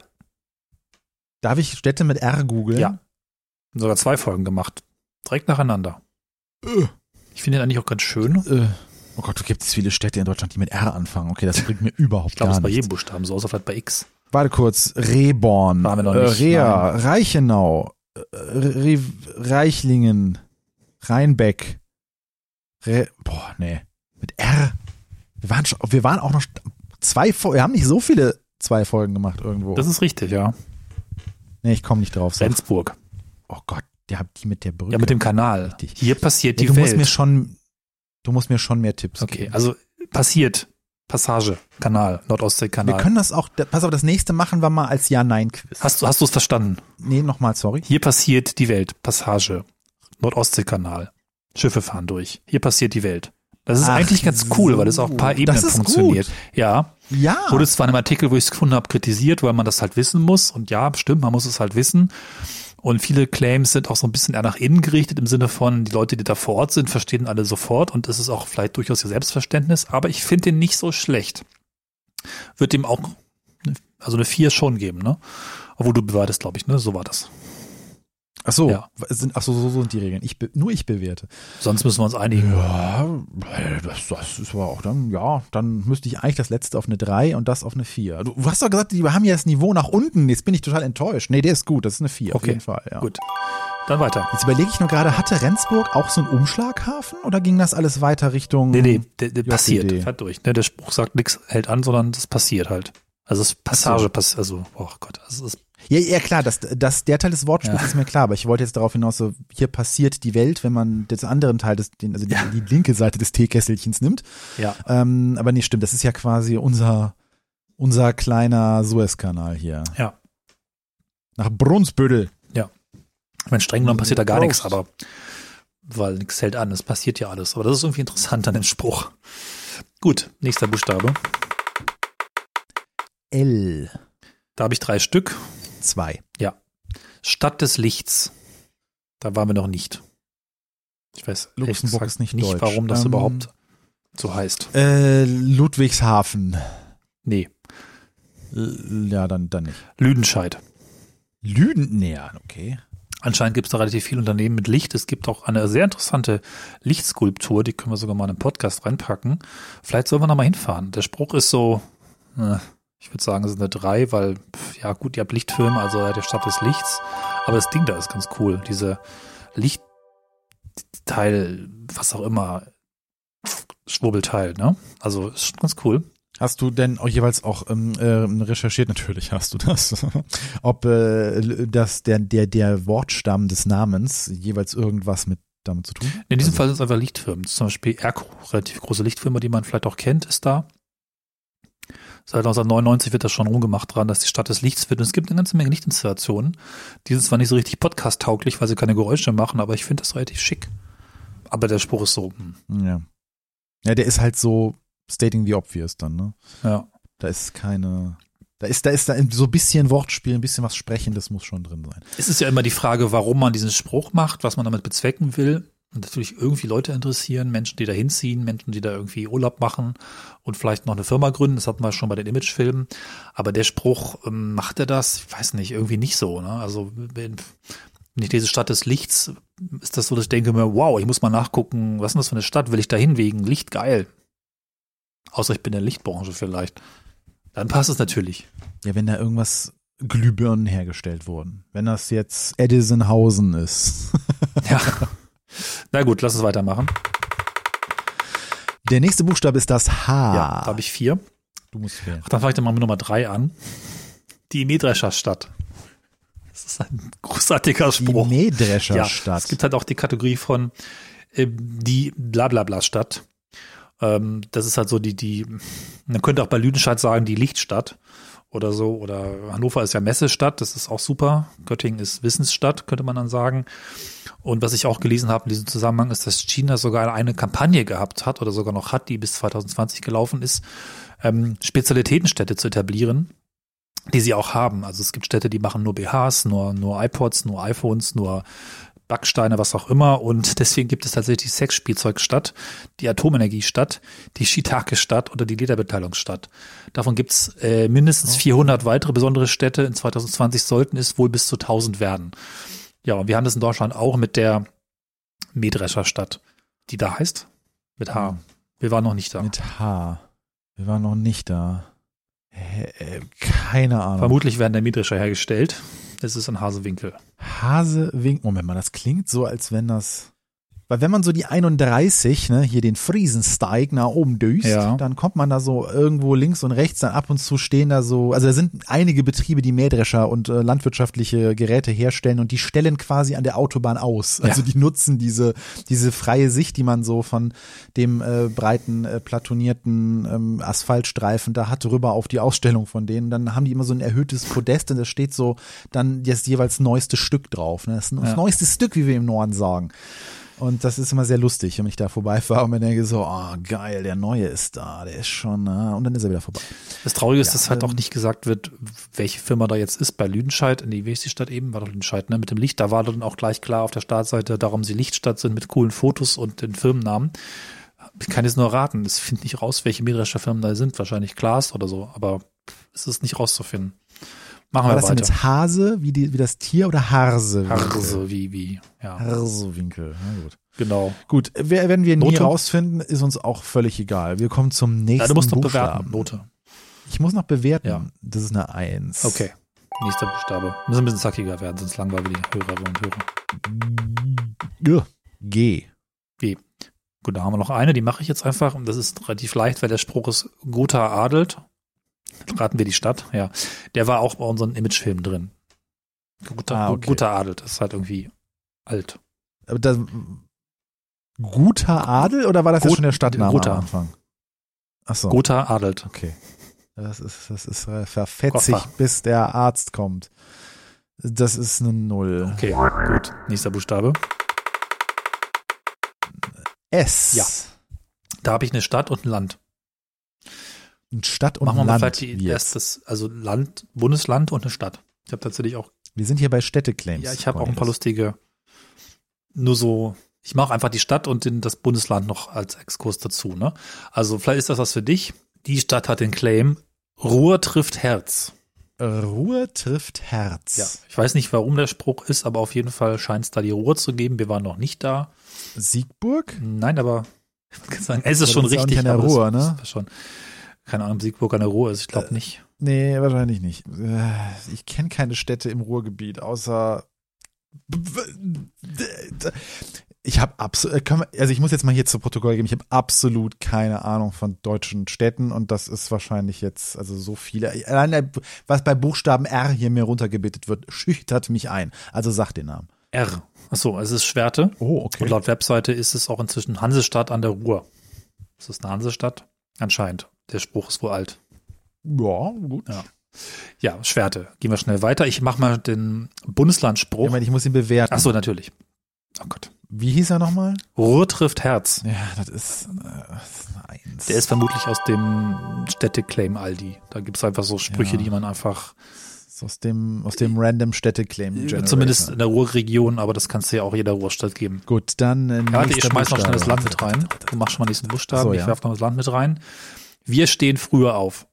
[SPEAKER 2] Darf ich Städte mit R googeln?
[SPEAKER 3] Ja. Sogar zwei Folgen gemacht. Direkt nacheinander. Ich finde ihn eigentlich auch ganz schön.
[SPEAKER 2] Äh, oh Gott, gibt es viele Städte in Deutschland, die mit R anfangen. Okay, das bringt mir überhaupt
[SPEAKER 3] Ich glaube, es
[SPEAKER 2] gar
[SPEAKER 3] ist bei
[SPEAKER 2] nichts.
[SPEAKER 3] jedem Buchstaben so, außer vielleicht bei X.
[SPEAKER 2] Warte kurz, Reborn,
[SPEAKER 3] Waren wir noch
[SPEAKER 2] äh,
[SPEAKER 3] nicht,
[SPEAKER 2] Rea, Reichenau, äh, Re Reichlingen, Rheinbeck. Re Boah, nee, mit R. Wir waren, schon, wir waren auch noch st- zwei Folgen, wir haben nicht so viele zwei Folgen gemacht irgendwo.
[SPEAKER 3] Das ist richtig, ja.
[SPEAKER 2] nee, ich komme nicht drauf. Sag-
[SPEAKER 3] Rendsburg.
[SPEAKER 2] Oh Gott, der hat die mit der Brücke.
[SPEAKER 3] Ja, mit dem Kanal.
[SPEAKER 2] Richtig.
[SPEAKER 3] Hier passiert
[SPEAKER 2] Nee,
[SPEAKER 3] die
[SPEAKER 2] du musst
[SPEAKER 3] Welt.
[SPEAKER 2] mir schon, du musst mir schon mehr Tipps
[SPEAKER 3] okay,
[SPEAKER 2] geben.
[SPEAKER 3] also passiert. Passage, Kanal,
[SPEAKER 2] wir
[SPEAKER 3] Nordostseekanal.
[SPEAKER 2] können das auch, da- pass auf, das nächste machen wir mal als Ja-Nein-Quiz.
[SPEAKER 3] Hast du hast du es verstanden?
[SPEAKER 2] Nee, nochmal, sorry.
[SPEAKER 3] Hier passiert die Welt. Passage, Nordostseekanal. Schiffe fahren durch. Hier passiert die Welt. Das ist
[SPEAKER 2] Ach
[SPEAKER 3] eigentlich ganz cool, weil das auf ein paar
[SPEAKER 2] so.
[SPEAKER 3] Ebenen
[SPEAKER 2] Das ist
[SPEAKER 3] funktioniert.
[SPEAKER 2] gut.
[SPEAKER 3] Ja,
[SPEAKER 2] Ja.
[SPEAKER 3] wurde zwar in einem Artikel, wo ich es gefunden habe, kritisiert, weil man das halt wissen muss. Und ja, stimmt, man muss es halt wissen. Und viele Claims sind auch so ein bisschen eher nach innen gerichtet, im Sinne von, die Leute, die da vor Ort sind, verstehen alle sofort und es ist auch vielleicht durchaus ihr Selbstverständnis, aber ich finde den nicht so schlecht. Wird dem auch, ne, also eine 4 schon geben, ne? Obwohl du bewertest, glaube ich, ne? So war das.
[SPEAKER 2] Ach so,
[SPEAKER 3] Ja.
[SPEAKER 2] es sind, ach so, so so sind die Regeln. Ich, be- nur ich bewerte.
[SPEAKER 3] Sonst müssen wir uns einigen.
[SPEAKER 2] Ja, das, das ist aber auch dann, ja, dann müsste ich eigentlich das letzte auf eine 3 und das auf eine 4. Du, hast doch gesagt, wir haben ja das Niveau nach unten. Jetzt bin ich total enttäuscht. Nee, der ist gut, das ist eine 4 auf
[SPEAKER 3] Okay,
[SPEAKER 2] jeden Fall. Ja.
[SPEAKER 3] Gut. Dann weiter.
[SPEAKER 2] Jetzt überlege ich nur gerade, hatte Rendsburg auch so einen Umschlaghafen oder ging das alles weiter Richtung.
[SPEAKER 3] Nee, nee, der, der
[SPEAKER 2] JCD.
[SPEAKER 3] passiert. Fährt durch. Ne? Der Spruch sagt nichts hält an, sondern das passiert halt. Also es ist Passage, pass also, oh Gott, also es ist
[SPEAKER 2] Ja, ja klar, das, das, der Teil des Wortspiels
[SPEAKER 3] Ja.
[SPEAKER 2] ist mir klar, aber ich wollte jetzt darauf hinaus, so, hier passiert die Welt, wenn man den anderen Teil des, den, also die, die linke Seite des Teekesselchens nimmt.
[SPEAKER 3] Ja.
[SPEAKER 2] Ähm, aber nee, stimmt, das ist ja quasi unser, unser kleiner Suezkanal hier.
[SPEAKER 3] Ja.
[SPEAKER 2] Nach Brunsbüttel.
[SPEAKER 3] Ich meine, streng genommen passiert da gar nichts, aber weil nichts hält an, es passiert ja alles. Aber das ist irgendwie interessant an dem Spruch. Gut, nächster Buchstabe.
[SPEAKER 2] L.
[SPEAKER 3] Da habe ich drei Stück.
[SPEAKER 2] 2.
[SPEAKER 3] Stadt des Lichts. Da waren wir noch nicht. Ich weiß ehrlich
[SPEAKER 2] Luxemburg
[SPEAKER 3] gesagt
[SPEAKER 2] ist nicht
[SPEAKER 3] nicht
[SPEAKER 2] deutsch.
[SPEAKER 3] warum das
[SPEAKER 2] Ähm,
[SPEAKER 3] überhaupt so heißt.
[SPEAKER 2] Äh, Ludwigshafen.
[SPEAKER 3] Nee,
[SPEAKER 2] L ja, dann, dann nicht.
[SPEAKER 3] Lüdenscheid.
[SPEAKER 2] Lüden, nee, ja, okay.
[SPEAKER 3] Anscheinend gibt es da relativ viele Unternehmen mit Licht. Es gibt auch eine sehr interessante Lichtskulptur, die können wir sogar mal in einen Podcast reinpacken. Vielleicht sollen wir noch mal hinfahren. Der Spruch ist so, äh, ich würde sagen, es sind eine drei, weil, pf, ja gut, ihr habt Lichtfilm, also äh, der Stadt des Lichts. Aber das Ding da ist ganz cool. Diese Lichtteil, was auch immer, Schwurbelteil, ne? Also ist ganz cool.
[SPEAKER 2] Hast du denn auch jeweils auch ähm, ähm, recherchiert? Natürlich hast du das. Ob äh, das der, der, der Wortstamm des Namens jeweils irgendwas mit damit zu tun?
[SPEAKER 3] In diesem
[SPEAKER 2] Also-
[SPEAKER 3] Fall sind es einfach Lichtfirmen. Zum Beispiel Erco, relativ große Lichtfirma, die man vielleicht auch kennt, ist da. Seit 1999 wird das schon rumgemacht dran, dass die Stadt des Lichts wird. Und es gibt eine ganze Menge Lichtinstallationen. Die sind zwar nicht so richtig podcast-tauglich, weil sie keine Geräusche machen, aber ich finde das relativ schick. Aber der Spruch ist so, hm,
[SPEAKER 2] Ja. Ja, der ist halt so stating the obvious dann, ne?
[SPEAKER 3] ja.
[SPEAKER 2] Da ist keine. Da ist, da ist da so ein bisschen Wortspiel, ein bisschen was Sprechendes muss schon drin sein.
[SPEAKER 3] Es ist ja immer die Frage, warum man diesen Spruch macht, was man damit bezwecken will. Und natürlich irgendwie Leute interessieren, Menschen, die da hinziehen, Menschen, die da irgendwie Urlaub machen und vielleicht noch eine Firma gründen. Das hatten wir schon bei den Imagefilmen. Aber der Spruch, ähm, macht er das? Ich weiß nicht, irgendwie nicht so. Ne? Also wenn wenn ich diese Stadt des Lichts, ist das so, dass ich denke mir, wow, ich muss mal nachgucken, was ist denn das für eine Stadt? Will ich da hin wegen? Licht geil. Außer ich bin in der Lichtbranche vielleicht. Dann passt es natürlich.
[SPEAKER 2] Ja, wenn da irgendwas Glühbirnen hergestellt wurden. Wenn das jetzt Edisonhausen ist.
[SPEAKER 3] Ja. Na gut, lass uns weitermachen.
[SPEAKER 2] Der nächste Buchstabe ist das H.
[SPEAKER 3] Ja, da habe ich vier.
[SPEAKER 2] du musst wählen.
[SPEAKER 3] Ach, dann fange ich dann mal mit Nummer drei an. Die Mähdrescherstadt. Das ist ein großartiger
[SPEAKER 2] Die
[SPEAKER 3] Spruch. Ja,
[SPEAKER 2] Mähdrescherstadt.
[SPEAKER 3] es gibt halt auch die Kategorie von ähm, die Blablabla-Stadt. Ähm, das ist halt so die, die, man könnte auch bei Lüdenscheid sagen, die Lichtstadt oder so. Oder Hannover ist ja Messestadt, das ist auch super. Göttingen ist Wissensstadt, könnte man dann sagen. Und was ich auch gelesen habe in diesem Zusammenhang ist, dass China sogar eine Kampagne gehabt hat oder sogar noch hat, die bis 2020 gelaufen ist, ähm, Spezialitätenstädte zu etablieren, die sie auch haben. Also es gibt Städte, die machen nur BHs, nur, nur iPods, nur iPhones, nur Backsteine, was auch immer. Und deswegen gibt es tatsächlich die Sexspielzeugstadt, die Atomenergiestadt, die Shiitake-Stadt oder die Lederbeteiliungsstadt. Davon gibt es äh, mindestens 400 weitere besondere Städte. In 2020 sollten es wohl bis zu 1000 werden. Ja, und wir haben das in Deutschland auch mit der Mähdrescherstadt, die da heißt, mit H. Wir waren noch nicht da.
[SPEAKER 2] Mit H. Wir waren noch nicht da. Hä, äh, keine Ahnung.
[SPEAKER 3] Vermutlich werden der Mähdrescher hergestellt. Es ist ein Hasewinkel.
[SPEAKER 2] Hase winkt. Moment mal, das klingt so, als wenn das. Weil wenn man so die 31, ne, hier den Friesensteig nach oben düst,
[SPEAKER 3] Ja.
[SPEAKER 2] dann kommt man da so irgendwo links und rechts, dann ab und zu stehen da so, also da sind einige Betriebe, die Mähdrescher und äh, landwirtschaftliche Geräte herstellen und die stellen quasi an der Autobahn aus. Also die nutzen diese, diese freie Sicht, die man so von dem äh, breiten, äh, platonierten ähm, Asphaltstreifen da hat, rüber auf die Ausstellung von denen. Dann haben die immer so ein erhöhtes Podest und da steht so dann das jeweils neueste Stück drauf. Ne? Das ist das
[SPEAKER 3] Ja.
[SPEAKER 2] neueste Stück, wie wir im Norden sagen. Und das ist immer sehr lustig, wenn ich da vorbeifahre und mir denke so, ah geil, der Neue ist da, der ist schon, ah, und dann ist er wieder vorbei.
[SPEAKER 3] Das Traurige ist,
[SPEAKER 2] Ja,
[SPEAKER 3] dass halt
[SPEAKER 2] ähm,
[SPEAKER 3] auch nicht gesagt wird, welche Firma da jetzt ist. Bei Lüdenscheid, in die Westigstadt eben, war doch Lüdenscheid, ne, mit dem Licht. Da war dann auch gleich klar auf der Startseite, darum sie Lichtstadt sind, mit coolen Fotos und den Firmennamen. Ich kann jetzt nur raten, es findet nicht raus, welche mähdrescher Firmen da sind. Wahrscheinlich Klaas oder so, aber es ist nicht rauszufinden. Machen
[SPEAKER 2] War
[SPEAKER 3] wir
[SPEAKER 2] das denn
[SPEAKER 3] weiter.
[SPEAKER 2] jetzt Hase, wie, die, wie das Tier oder Harse?
[SPEAKER 3] Harse, wie, wie, ja,
[SPEAKER 2] Harsewinkel, na gut.
[SPEAKER 3] genau.
[SPEAKER 2] Gut, wer- werden wir nie
[SPEAKER 3] Note?
[SPEAKER 2] rausfinden, ist uns auch völlig egal. Wir kommen zum nächsten
[SPEAKER 3] Ja, du musst doch
[SPEAKER 2] Buchstaben.
[SPEAKER 3] bewerten, Note.
[SPEAKER 2] Ich muss noch bewerten.
[SPEAKER 3] Ja.
[SPEAKER 2] Das ist eine Eins.
[SPEAKER 3] Okay. Nächster Buchstabe. Müssen ein bisschen zackiger werden, sonst langweilen wir die Hörerinnen und Hörer.
[SPEAKER 2] G. G.
[SPEAKER 3] Gut, da haben wir noch eine, die mache ich jetzt einfach. Und das ist relativ leicht, weil der Spruch ist Gotha adelt. Raten wir die Stadt, ja. Der war auch bei unseren Imagefilmen drin. Gotha,
[SPEAKER 2] Ah, okay.
[SPEAKER 3] Gotha adelt, das ist halt irgendwie alt.
[SPEAKER 2] Aber das, guter Adel oder war das
[SPEAKER 3] Gut-
[SPEAKER 2] jetzt schon der Stadtname
[SPEAKER 3] guter.
[SPEAKER 2] am Anfang? Ach so.
[SPEAKER 3] Gotha adelt.
[SPEAKER 2] Okay. Das ist, das ist äh, verfetzig,
[SPEAKER 3] Gotha.
[SPEAKER 2] bis der Arzt kommt. Das ist eine Null.
[SPEAKER 3] Okay, gut. Nächster Buchstabe.
[SPEAKER 2] S.
[SPEAKER 3] Ja. Da habe ich eine Stadt und ein Land.
[SPEAKER 2] Ein Stadt und
[SPEAKER 3] Machen wir
[SPEAKER 2] ein
[SPEAKER 3] mal
[SPEAKER 2] Land.
[SPEAKER 3] vielleicht die
[SPEAKER 2] jetzt.
[SPEAKER 3] erstes, also Land, Bundesland und eine Stadt. Ich habe tatsächlich auch,
[SPEAKER 2] Wir sind hier bei Städteclaims.
[SPEAKER 3] ja, ich habe auch ein paar
[SPEAKER 2] Cornelis.
[SPEAKER 3] lustige, nur so, ich mache einfach die Stadt und den, das Bundesland noch als Exkurs dazu, ne? Also vielleicht ist das was für dich. Die Stadt hat den Claim, Ruhr trifft Herz.
[SPEAKER 2] Ruhe trifft Herz.
[SPEAKER 3] Ja, ich weiß nicht, warum der Spruch ist, aber auf jeden Fall scheint es da die Ruhr zu geben. Wir waren noch nicht da.
[SPEAKER 2] Siegburg?
[SPEAKER 3] Nein, aber ich kann sagen, es ist
[SPEAKER 2] Aber
[SPEAKER 3] schon
[SPEAKER 2] das ist ja auch nicht
[SPEAKER 3] richtig.
[SPEAKER 2] an der
[SPEAKER 3] aber das-
[SPEAKER 2] Ruhr, ne? Äh,
[SPEAKER 3] das ist Schon, keine Ahnung, ob Siegburg an der Ruhr ist. Ich glaube nicht.
[SPEAKER 2] Nee, wahrscheinlich nicht. Äh, Ich kenne keine Städte im Ruhrgebiet, außer. Ich habe absolut, also ich muss jetzt mal hier zu Protokoll geben, ich habe absolut keine Ahnung von deutschen Städten und das ist wahrscheinlich jetzt, also so viele, allein der- was bei Buchstaben R hier mir runtergebetet wird, schüchtert mich ein. Also sag den Namen.
[SPEAKER 3] R. Achso, es ist Schwerte.
[SPEAKER 2] Oh, okay.
[SPEAKER 3] Und laut Webseite ist es auch inzwischen Hansestadt an der Ruhr. Ist das eine Hansestadt? Anscheinend. Der Spruch ist wohl alt.
[SPEAKER 2] Ja, gut.
[SPEAKER 3] Ja. Ja, Schwerte. Gehen wir schnell weiter. Ich mache mal den Bundeslandspruch.
[SPEAKER 2] Ich meine, ich muss ihn bewerten.
[SPEAKER 3] Achso, natürlich. Oh Gott.
[SPEAKER 2] Wie hieß er nochmal?
[SPEAKER 3] Ruhr trifft Herz.
[SPEAKER 2] Ja, das ist, äh, das ist eine Eins.
[SPEAKER 3] Der ist vermutlich aus dem Städteclaim Aldi. Da gibt es einfach so Sprüche,
[SPEAKER 2] Ja.
[SPEAKER 3] die man einfach,
[SPEAKER 2] Ist aus dem, aus dem random Städteclaim. Generator.
[SPEAKER 3] zumindest in der Ruhrregion, aber das kannst du ja auch jeder Ruhrstadt geben.
[SPEAKER 2] Gut, dann. Äh,
[SPEAKER 3] Ja, warte, ich
[SPEAKER 2] nächster
[SPEAKER 3] schmeiß noch
[SPEAKER 2] Buchstabe.
[SPEAKER 3] schnell das Land mit rein. Du machst schon mal nächsten Buchstaben.
[SPEAKER 2] So,
[SPEAKER 3] Ich
[SPEAKER 2] ja.
[SPEAKER 3] werf noch das Land mit rein. Wir stehen früher auf.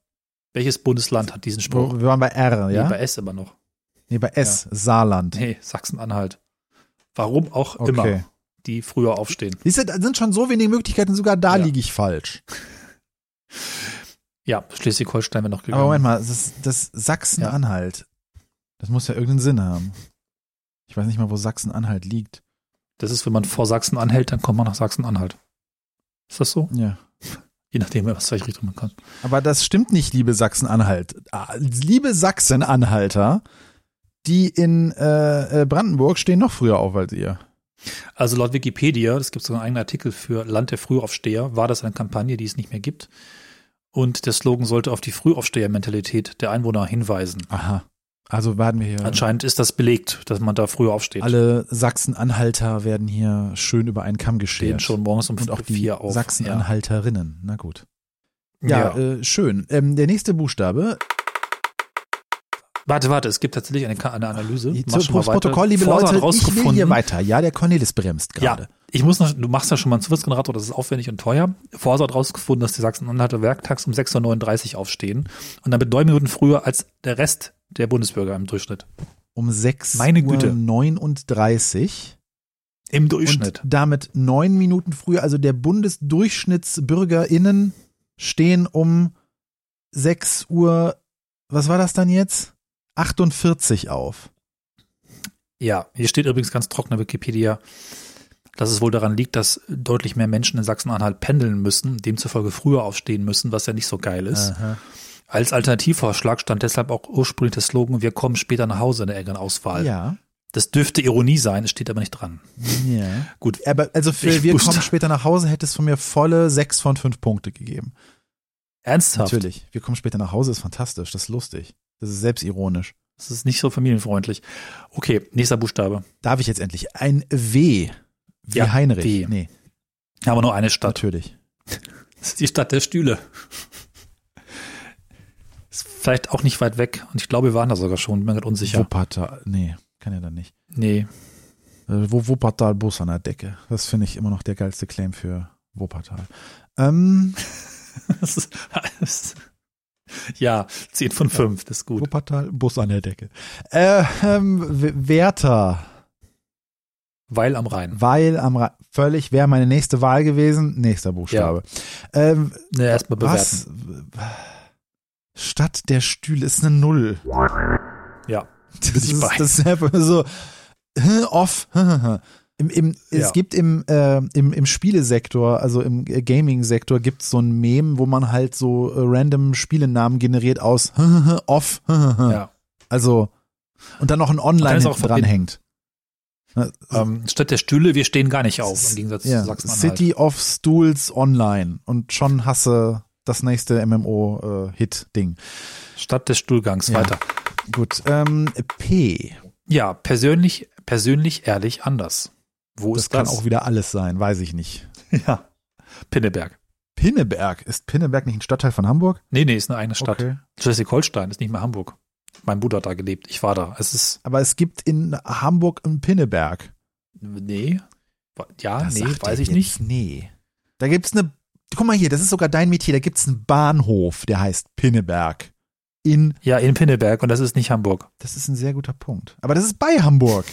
[SPEAKER 3] Welches Bundesland hat diesen Spruch?
[SPEAKER 2] Wo- Wir waren bei R, ja?
[SPEAKER 3] Nee, bei S immer noch.
[SPEAKER 2] Nee, bei S, Saarland.
[SPEAKER 3] Nee, Sachsen-Anhalt. Warum auch
[SPEAKER 2] Okay.
[SPEAKER 3] immer die früher aufstehen.
[SPEAKER 2] Siehst du, da sind schon so wenige Möglichkeiten, sogar da
[SPEAKER 3] Ja.
[SPEAKER 2] liege ich falsch.
[SPEAKER 3] Ja, Schleswig-Holstein wäre noch
[SPEAKER 2] Aber
[SPEAKER 3] gegangen.
[SPEAKER 2] Moment mal, das, das Sachsen-Anhalt, das muss ja irgendeinen Sinn haben. Ich weiß nicht mal, wo Sachsen-Anhalt liegt.
[SPEAKER 3] Das ist, wenn man vor Sachsen anhält, dann kommt man nach Sachsen-Anhalt. Ist das so?
[SPEAKER 2] Ja.
[SPEAKER 3] Je nachdem, was welche Richtung man kann.
[SPEAKER 2] Aber das stimmt nicht, liebe Sachsen-Anhalt. Ah, Liebe Sachsen-Anhalter, die in äh, äh, Brandenburg stehen noch früher auf als ihr.
[SPEAKER 3] Also laut Wikipedia, es gibt sogar einen eigenen Artikel für Land der Frühaufsteher, war das eine Kampagne, die es nicht mehr gibt. Und der Slogan sollte auf die Frühaufsteher-Mentalität der Einwohner hinweisen.
[SPEAKER 2] Aha. Also werden wir hier.
[SPEAKER 3] Anscheinend ist das belegt, dass man da früher aufsteht.
[SPEAKER 2] Alle Sachsen-Anhalter werden hier schön über einen Kamm
[SPEAKER 3] stehen
[SPEAKER 2] geschert.
[SPEAKER 3] schon morgens um
[SPEAKER 2] und auch die
[SPEAKER 3] vier auf. ja.
[SPEAKER 2] Sachsen-Anhalterinnen. Na gut. Ja,
[SPEAKER 3] Ja.
[SPEAKER 2] Äh, schön. Ähm, der nächste Buchstabe.
[SPEAKER 3] Warte, warte, es gibt tatsächlich eine, Ka- eine Analyse. Hm, Mach
[SPEAKER 2] Zum
[SPEAKER 3] schon mal weiter.
[SPEAKER 2] äh, Protokoll, liebe
[SPEAKER 3] Forsa hat
[SPEAKER 2] Leute, ich will
[SPEAKER 3] rausgefunden-
[SPEAKER 2] hier weiter. Ja, der Cornelis bremst
[SPEAKER 3] Ja,
[SPEAKER 2] gerade.
[SPEAKER 3] ich muss noch, du machst ja schon mal einen Zufallsgenerator, das ist aufwendig und teuer. Forsa hat rausgefunden, dass die Sachsen-Anhalter werktags um 6.39 Uhr aufstehen und damit neun Minuten früher als der Rest der Bundesbürger im Durchschnitt.
[SPEAKER 2] Um 6
[SPEAKER 3] Meine
[SPEAKER 2] Uhr
[SPEAKER 3] Güte.
[SPEAKER 2] 39
[SPEAKER 3] Im
[SPEAKER 2] und
[SPEAKER 3] Durchschnitt.
[SPEAKER 2] damit neun Minuten früher, also der BundesdurchschnittsbürgerInnen stehen um 6 Uhr, was war das dann jetzt? 48 auf.
[SPEAKER 3] Ja, hier steht übrigens ganz trockene Wikipedia, dass es wohl daran liegt, dass deutlich mehr Menschen in Sachsen-Anhalt pendeln müssen, demzufolge früher aufstehen müssen, was ja nicht so geil ist.
[SPEAKER 2] Aha.
[SPEAKER 3] Als Alternativvorschlag stand deshalb auch ursprünglich der Slogan, wir kommen später nach Hause in der engeren Auswahl.
[SPEAKER 2] Ja.
[SPEAKER 3] Das dürfte Ironie sein, es steht aber nicht dran.
[SPEAKER 2] ja.
[SPEAKER 3] Gut,
[SPEAKER 2] Aber also für
[SPEAKER 3] Ich
[SPEAKER 2] wir
[SPEAKER 3] wusste-
[SPEAKER 2] kommen später nach Hause, hättest du mir volle sechs von fünf Punkte gegeben.
[SPEAKER 3] ernsthaft,
[SPEAKER 2] Natürlich. Wir kommen später nach Hause, ist fantastisch, das ist lustig. Das ist selbstironisch.
[SPEAKER 3] das ist nicht so familienfreundlich. Okay, nächster Buchstabe.
[SPEAKER 2] Darf ich jetzt endlich ein W wie
[SPEAKER 3] Ja,
[SPEAKER 2] Heinrich?
[SPEAKER 3] W.
[SPEAKER 2] Nee,
[SPEAKER 3] Aber nur eine Stadt.
[SPEAKER 2] natürlich.
[SPEAKER 3] Das ist die Stadt der Stühle. Ist vielleicht auch nicht weit weg. Und ich glaube, wir waren da sogar schon, bin mir gerade unsicher.
[SPEAKER 2] Wuppertal, nee, kann ja dann nicht.
[SPEAKER 3] Nee,
[SPEAKER 2] Äh, Wo Wuppertal Bus an der Decke. Das finde ich immer noch der geilste Claim für Wuppertal. Ähm,
[SPEAKER 3] Das ist, das ist, ja, 10 von 5, das ist gut.
[SPEAKER 2] Wuppertal Bus an der Decke. Äh, ähm, W- Werther,
[SPEAKER 3] Weil am Rhein.
[SPEAKER 2] weil am Ra völlig wäre meine nächste Wahl gewesen. Nächster Buchstabe. Ähm,
[SPEAKER 3] Ne, erstmal bewerten.
[SPEAKER 2] was? Stadt der Stühle ist eine Null.
[SPEAKER 3] Ja.
[SPEAKER 2] Das
[SPEAKER 3] Bin ich
[SPEAKER 2] ist,
[SPEAKER 3] bei.
[SPEAKER 2] das ist einfach so hä, off. hä, hä, hä. Im, im,
[SPEAKER 3] Ja.
[SPEAKER 2] Es gibt im, äh, im, im Spielesektor, also im äh, Gaming-Sektor, gibt es so ein Meme, wo man halt so äh, random Spielenamen generiert aus hä, hä, hä, off. hä, hä, hä.
[SPEAKER 3] Ja.
[SPEAKER 2] Also, und dann noch ein
[SPEAKER 3] Dann
[SPEAKER 2] Online
[SPEAKER 3] ist auch
[SPEAKER 2] hinten dran
[SPEAKER 3] verbi-
[SPEAKER 2] hängt. Ne,
[SPEAKER 3] Ähm, statt der Stühle, wir stehen gar nicht auf, im Gegensatz
[SPEAKER 2] ja,
[SPEAKER 3] zu Sachsen-Anhalt.
[SPEAKER 2] City of Stools Online. Und schon hasse das nächste äh, MMO-Hit-Ding.
[SPEAKER 3] Stadt des Stuhlgangs,
[SPEAKER 2] Ja.
[SPEAKER 3] weiter.
[SPEAKER 2] Gut, ähm, P.
[SPEAKER 3] Ja, persönlich, persönlich, ehrlich, anders. Wo
[SPEAKER 2] das
[SPEAKER 3] ist
[SPEAKER 2] kann
[SPEAKER 3] das?
[SPEAKER 2] auch wieder alles sein, weiß ich nicht.
[SPEAKER 3] ja. Pinneberg.
[SPEAKER 2] Pinneberg, ist Pinneberg nicht ein Stadtteil von Hamburg?
[SPEAKER 3] Nee, nee, ist eine eigene Stadt.
[SPEAKER 2] Okay.
[SPEAKER 3] Schleswig-Holstein ist nicht mehr Hamburg. Mein Bruder hat da gelebt. Ich war da. Es ist.
[SPEAKER 2] Aber es gibt in Hamburg einen Pinneberg.
[SPEAKER 3] Nee. Wa- Ja,
[SPEAKER 2] Das
[SPEAKER 3] Ah, nee,
[SPEAKER 2] sagt
[SPEAKER 3] weiß
[SPEAKER 2] ihr
[SPEAKER 3] ich
[SPEAKER 2] jetzt
[SPEAKER 3] nicht.
[SPEAKER 2] Nee. Da gibt's eine. Guck mal hier, das ist sogar dein Metier. Da gibt's einen Bahnhof, der heißt Pinneberg. In.
[SPEAKER 3] Ja, in Pinneberg und das ist nicht Hamburg.
[SPEAKER 2] Das ist ein sehr guter Punkt. Aber das ist bei Hamburg.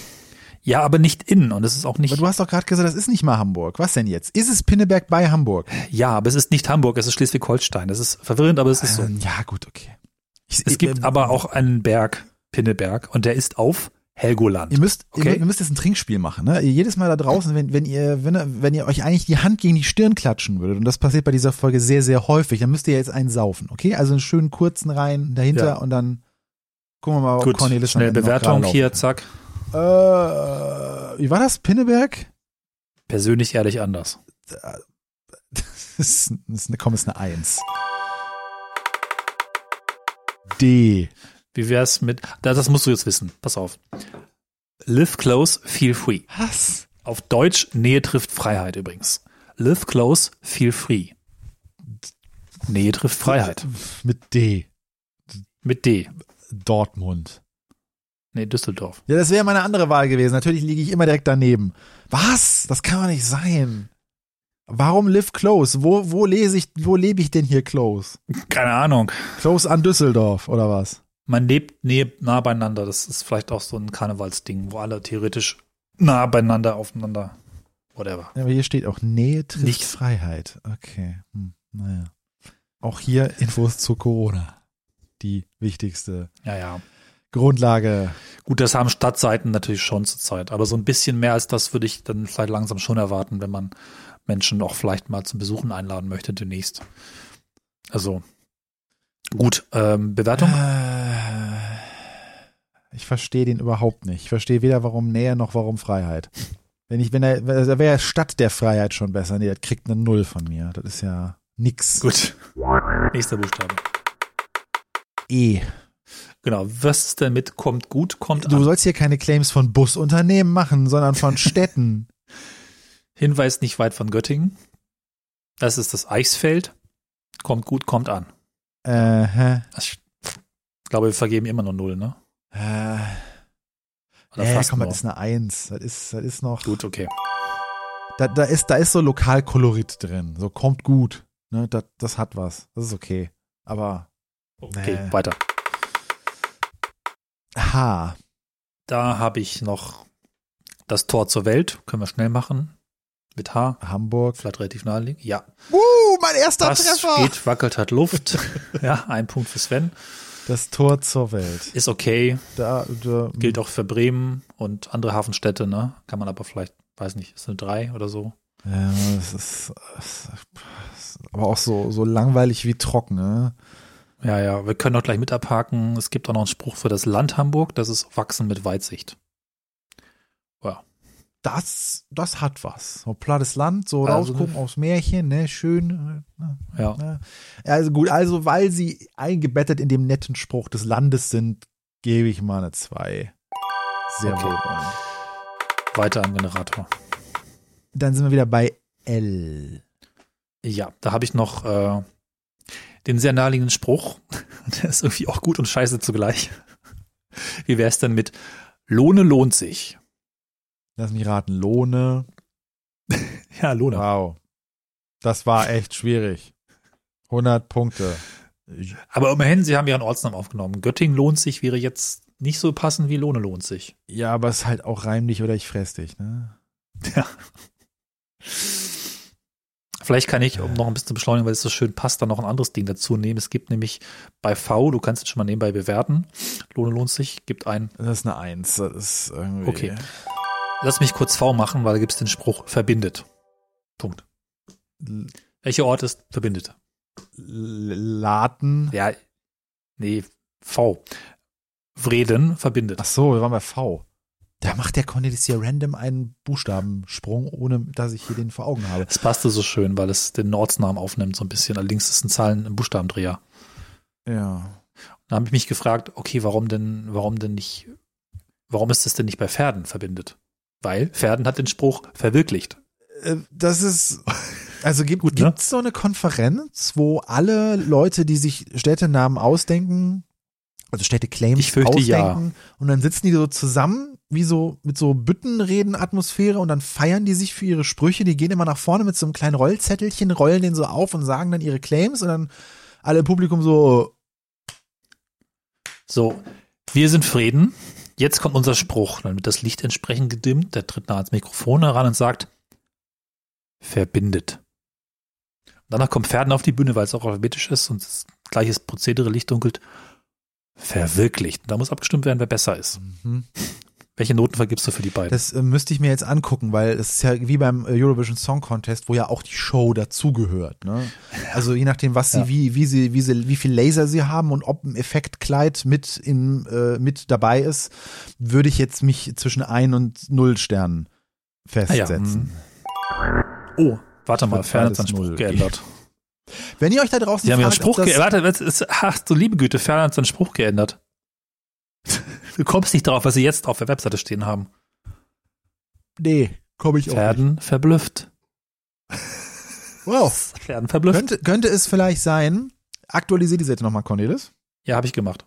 [SPEAKER 3] Ja, aber nicht innen und es ist auch
[SPEAKER 2] Aber
[SPEAKER 3] nicht.
[SPEAKER 2] du hast doch gerade gesagt, das ist nicht mal Hamburg. Was denn jetzt? Ist es Pinneberg bei Hamburg?
[SPEAKER 3] Ja, aber es ist nicht Hamburg, es ist Schleswig-Holstein. Das ist verwirrend, aber es ist so.
[SPEAKER 2] Ähm, ja, gut, okay. Ich-
[SPEAKER 3] Es
[SPEAKER 2] ich-
[SPEAKER 3] gibt
[SPEAKER 2] ähm,
[SPEAKER 3] aber auch einen Berg, Pinneberg, und der ist auf Helgoland.
[SPEAKER 2] Ihr müsst,
[SPEAKER 3] Okay.
[SPEAKER 2] ihr, ihr müsst jetzt ein Trinkspiel machen. Ne? Ihr Jedes Mal da draußen, wenn, wenn, ihr, wenn, wenn ihr euch eigentlich die Hand gegen die Stirn klatschen würdet, und das passiert bei dieser Folge sehr, sehr häufig, dann müsst ihr jetzt einen saufen, okay? Also einen schönen kurzen rein dahinter
[SPEAKER 3] Ja.
[SPEAKER 2] und dann gucken wir mal, ob
[SPEAKER 3] Gut,
[SPEAKER 2] Cornelis am
[SPEAKER 3] schnell
[SPEAKER 2] Ende noch
[SPEAKER 3] Bewertung
[SPEAKER 2] gerade
[SPEAKER 3] hier, zack.
[SPEAKER 2] läuft. Äh, wie war das? Pinneberg?
[SPEAKER 3] Persönlich ehrlich anders.
[SPEAKER 2] Das ist, das ist eine, komm, ist eine Eins. D.
[SPEAKER 3] Wie wär's mit. Das, das musst du jetzt wissen. Pass auf. Live close, feel free.
[SPEAKER 2] Was?
[SPEAKER 3] Auf Deutsch Nähe trifft Freiheit übrigens. Live close, feel free. Nähe trifft Freiheit.
[SPEAKER 2] Mit D.
[SPEAKER 3] Mit D.
[SPEAKER 2] Dortmund.
[SPEAKER 3] Nee, Düsseldorf.
[SPEAKER 2] Ja, das wäre meine andere Wahl gewesen. Natürlich liege ich immer direkt daneben. Was? Das kann doch nicht sein. Warum live close? Wo, wo lese ich, wo lebe ich denn hier close?
[SPEAKER 3] Keine Ahnung.
[SPEAKER 2] Close an Düsseldorf, oder was?
[SPEAKER 3] Man lebt nähe, nah beieinander. Das ist vielleicht auch so ein Karnevalsding, wo alle theoretisch nah beieinander aufeinander. Whatever.
[SPEAKER 2] Ja, aber hier steht auch Nähe trifft
[SPEAKER 3] Nicht.
[SPEAKER 2] Freiheit. Okay. Hm, naja. Auch hier Infos zu Corona. Die wichtigste
[SPEAKER 3] Ja, ja.
[SPEAKER 2] Grundlage.
[SPEAKER 3] Gut, das haben Stadtseiten natürlich schon zurzeit. Aber so ein bisschen mehr als das würde ich dann vielleicht langsam schon erwarten, wenn man Menschen auch vielleicht mal zum Besuchen einladen möchte demnächst. Also. Gut, ähm, Bewertung?
[SPEAKER 2] Äh, Ich verstehe den überhaupt nicht. Ich verstehe weder warum Nähe noch warum Freiheit. Wenn ich, wenn er, da wäre Stadt der Freiheit schon besser. Nee, das kriegt eine Null von mir. Das ist ja nix.
[SPEAKER 3] Gut. Nächster Buchstabe.
[SPEAKER 2] E.
[SPEAKER 3] Genau. Was ist denn mit kommt gut, kommt
[SPEAKER 2] Du
[SPEAKER 3] an?
[SPEAKER 2] sollst hier keine Claims von Busunternehmen machen, sondern von Städten.
[SPEAKER 3] Hinweis nicht weit von Göttingen. Das ist das Eichsfeld. Kommt gut, kommt an.
[SPEAKER 2] äh, hä?
[SPEAKER 3] Ich glaube, wir vergeben immer nur Null, ne?
[SPEAKER 2] äh,
[SPEAKER 3] Oder
[SPEAKER 2] äh,
[SPEAKER 3] fast
[SPEAKER 2] komm,
[SPEAKER 3] nur.
[SPEAKER 2] das ist eine Eins. Das ist, das ist noch,
[SPEAKER 3] Gut, okay.
[SPEAKER 2] da, da ist, da ist so Lokalkolorit drin. So kommt gut. Ne, das, das hat was. Das ist okay. Aber äh,
[SPEAKER 3] Okay,
[SPEAKER 2] Nee.
[SPEAKER 3] weiter.
[SPEAKER 2] H.
[SPEAKER 3] Da habe ich noch das Tor zur Welt. Können wir schnell machen. Mit H.
[SPEAKER 2] Hamburg.
[SPEAKER 3] Vielleicht relativ naheliegend. Ja.
[SPEAKER 2] Uh, mein erster
[SPEAKER 3] Das geht, wackelt, hat Luft. ja, ein Punkt für Sven.
[SPEAKER 2] Das Tor zur Welt.
[SPEAKER 3] Ist okay.
[SPEAKER 2] Da, da,
[SPEAKER 3] Gilt auch für Bremen und andere Hafenstädte, ne? Kann man aber vielleicht, weiß nicht, ist eine 3 oder so.
[SPEAKER 2] Ja, das ist, das ist aber auch so, so langweilig wie trocken. Ne?
[SPEAKER 3] Ja, ja, wir können auch gleich mit abhaken. Es gibt auch noch einen Spruch für das Land Hamburg, das ist Wachsen mit Weitsicht.
[SPEAKER 2] Das, das hat was. So plattes Land, so
[SPEAKER 3] Also-
[SPEAKER 2] rausgucken aufs Märchen, ne, schön. Ne?
[SPEAKER 3] Ja,
[SPEAKER 2] ne. Also gut, also weil sie eingebettet in dem netten Spruch des Landes sind, gebe ich mal eine 2. Sehr
[SPEAKER 3] Okay.
[SPEAKER 2] wohl.
[SPEAKER 3] weiter am Generator.
[SPEAKER 2] Dann sind wir wieder bei L.
[SPEAKER 3] Ja, da habe ich noch äh, den sehr naheliegenden Spruch. Der ist irgendwie auch gut und scheiße zugleich. Wie wäre es denn mit Lohne lohnt sich?
[SPEAKER 2] Lass mich raten, Lohne.
[SPEAKER 3] Ja, Lohne.
[SPEAKER 2] Wow. Das war echt schwierig. 100 Punkte. Ich-
[SPEAKER 3] Aber immerhin, sie haben ihren Ortsnamen aufgenommen. Göttingen lohnt sich wäre jetzt nicht so passend wie Lohne lohnt sich.
[SPEAKER 2] Ja, aber es ist halt auch reim dich oder ich fress dich, ne?
[SPEAKER 3] Ja. Vielleicht kann ich, um noch ein bisschen zu beschleunigen, weil es so schön passt, dann noch ein anderes Ding dazu nehmen. Es gibt nämlich bei V, du kannst es schon mal nebenbei bewerten. Lohne lohnt sich, gibt ein,
[SPEAKER 2] Das ist eine Eins. Das ist irgendwie.
[SPEAKER 3] Okay. lass mich kurz V machen, weil da gibt es den Spruch, verbindet. Punkt.
[SPEAKER 2] L-
[SPEAKER 3] Welcher Ort ist verbindet?
[SPEAKER 2] L- Laten.
[SPEAKER 3] Ja, nee, V. Vreden verbindet.
[SPEAKER 2] Ach so, wir waren bei V. Da macht der Cornelis hier random einen Buchstabensprung, ohne dass ich hier den vor Augen habe.
[SPEAKER 3] Es passte so schön, weil es den Ortsnamen aufnimmt, so ein bisschen. Allerdings ist ein Zahlen- und Buchstabendreher.
[SPEAKER 2] Ja.
[SPEAKER 3] Da habe ich mich gefragt, okay, warum denn, warum denn nicht warum ist das denn nicht bei Pferden verbindet? Weil Pferden hat den Spruch verwirklicht.
[SPEAKER 2] Äh, Das ist. Also gibt
[SPEAKER 3] Gut,
[SPEAKER 2] es
[SPEAKER 3] ne?
[SPEAKER 2] so eine Konferenz, wo alle Leute, die sich Städtenamen ausdenken, also Städteclaims
[SPEAKER 3] Ich fürchte,
[SPEAKER 2] ausdenken,
[SPEAKER 3] ja.
[SPEAKER 2] und dann sitzen die so zusammen, wie so mit so Büttenreden-Atmosphäre und dann feiern die sich für ihre Sprüche, die gehen immer nach vorne mit so einem kleinen Rollzettelchen, rollen den so auf und sagen dann ihre Claims und dann alle im Publikum so,
[SPEAKER 3] So, wir sind Frieden. Jetzt kommt unser Spruch. Dann wird das Licht entsprechend gedimmt. Der tritt nah ans Mikrofon heran und sagt, verbindet. Und danach kommt Pferden auf die Bühne, weil es auch alphabetisch ist und das gleiches Prozedere, Licht dunkelt. Verwirklicht. Und da muss abgestimmt werden, wer besser ist.
[SPEAKER 2] mhm.
[SPEAKER 3] Welche Noten vergibst du für die beiden?
[SPEAKER 2] das äh, müsste ich mir jetzt angucken, weil es ist ja wie beim äh, Eurovision Song Contest, wo ja auch die Show dazugehört. Ne? Also je nachdem, was sie,
[SPEAKER 3] Ja.
[SPEAKER 2] wie, wie sie, wie sie, wie viel Laser sie haben und ob ein Effektkleid mit in, äh, mit dabei ist, würde ich jetzt mich zwischen ein und null Sternen
[SPEAKER 3] Ah ja,
[SPEAKER 2] festsetzen.
[SPEAKER 3] hm. Oh, warte mal,
[SPEAKER 2] Wird
[SPEAKER 3] Pferden hat
[SPEAKER 2] beides
[SPEAKER 3] seinen Spruch
[SPEAKER 2] null.
[SPEAKER 3] geändert.
[SPEAKER 2] Wenn ihr euch da draußen
[SPEAKER 3] Sie haben ihren
[SPEAKER 2] fragt,
[SPEAKER 3] Spruch
[SPEAKER 2] ob das,
[SPEAKER 3] geändert. Warte, was ist, ach du liebe Güte, Pferden hat seinen Spruch geändert. Du kommst nicht drauf, was sie jetzt auf der Webseite stehen haben.
[SPEAKER 2] nee, komme ich auch. Nicht.
[SPEAKER 3] Pferden verblüfft.
[SPEAKER 2] Wow.
[SPEAKER 3] Pferden verblüfft.
[SPEAKER 2] Könnte, könnte es vielleicht sein, aktualisiere die Seite nochmal, Cornelis.
[SPEAKER 3] Ja, habe ich gemacht.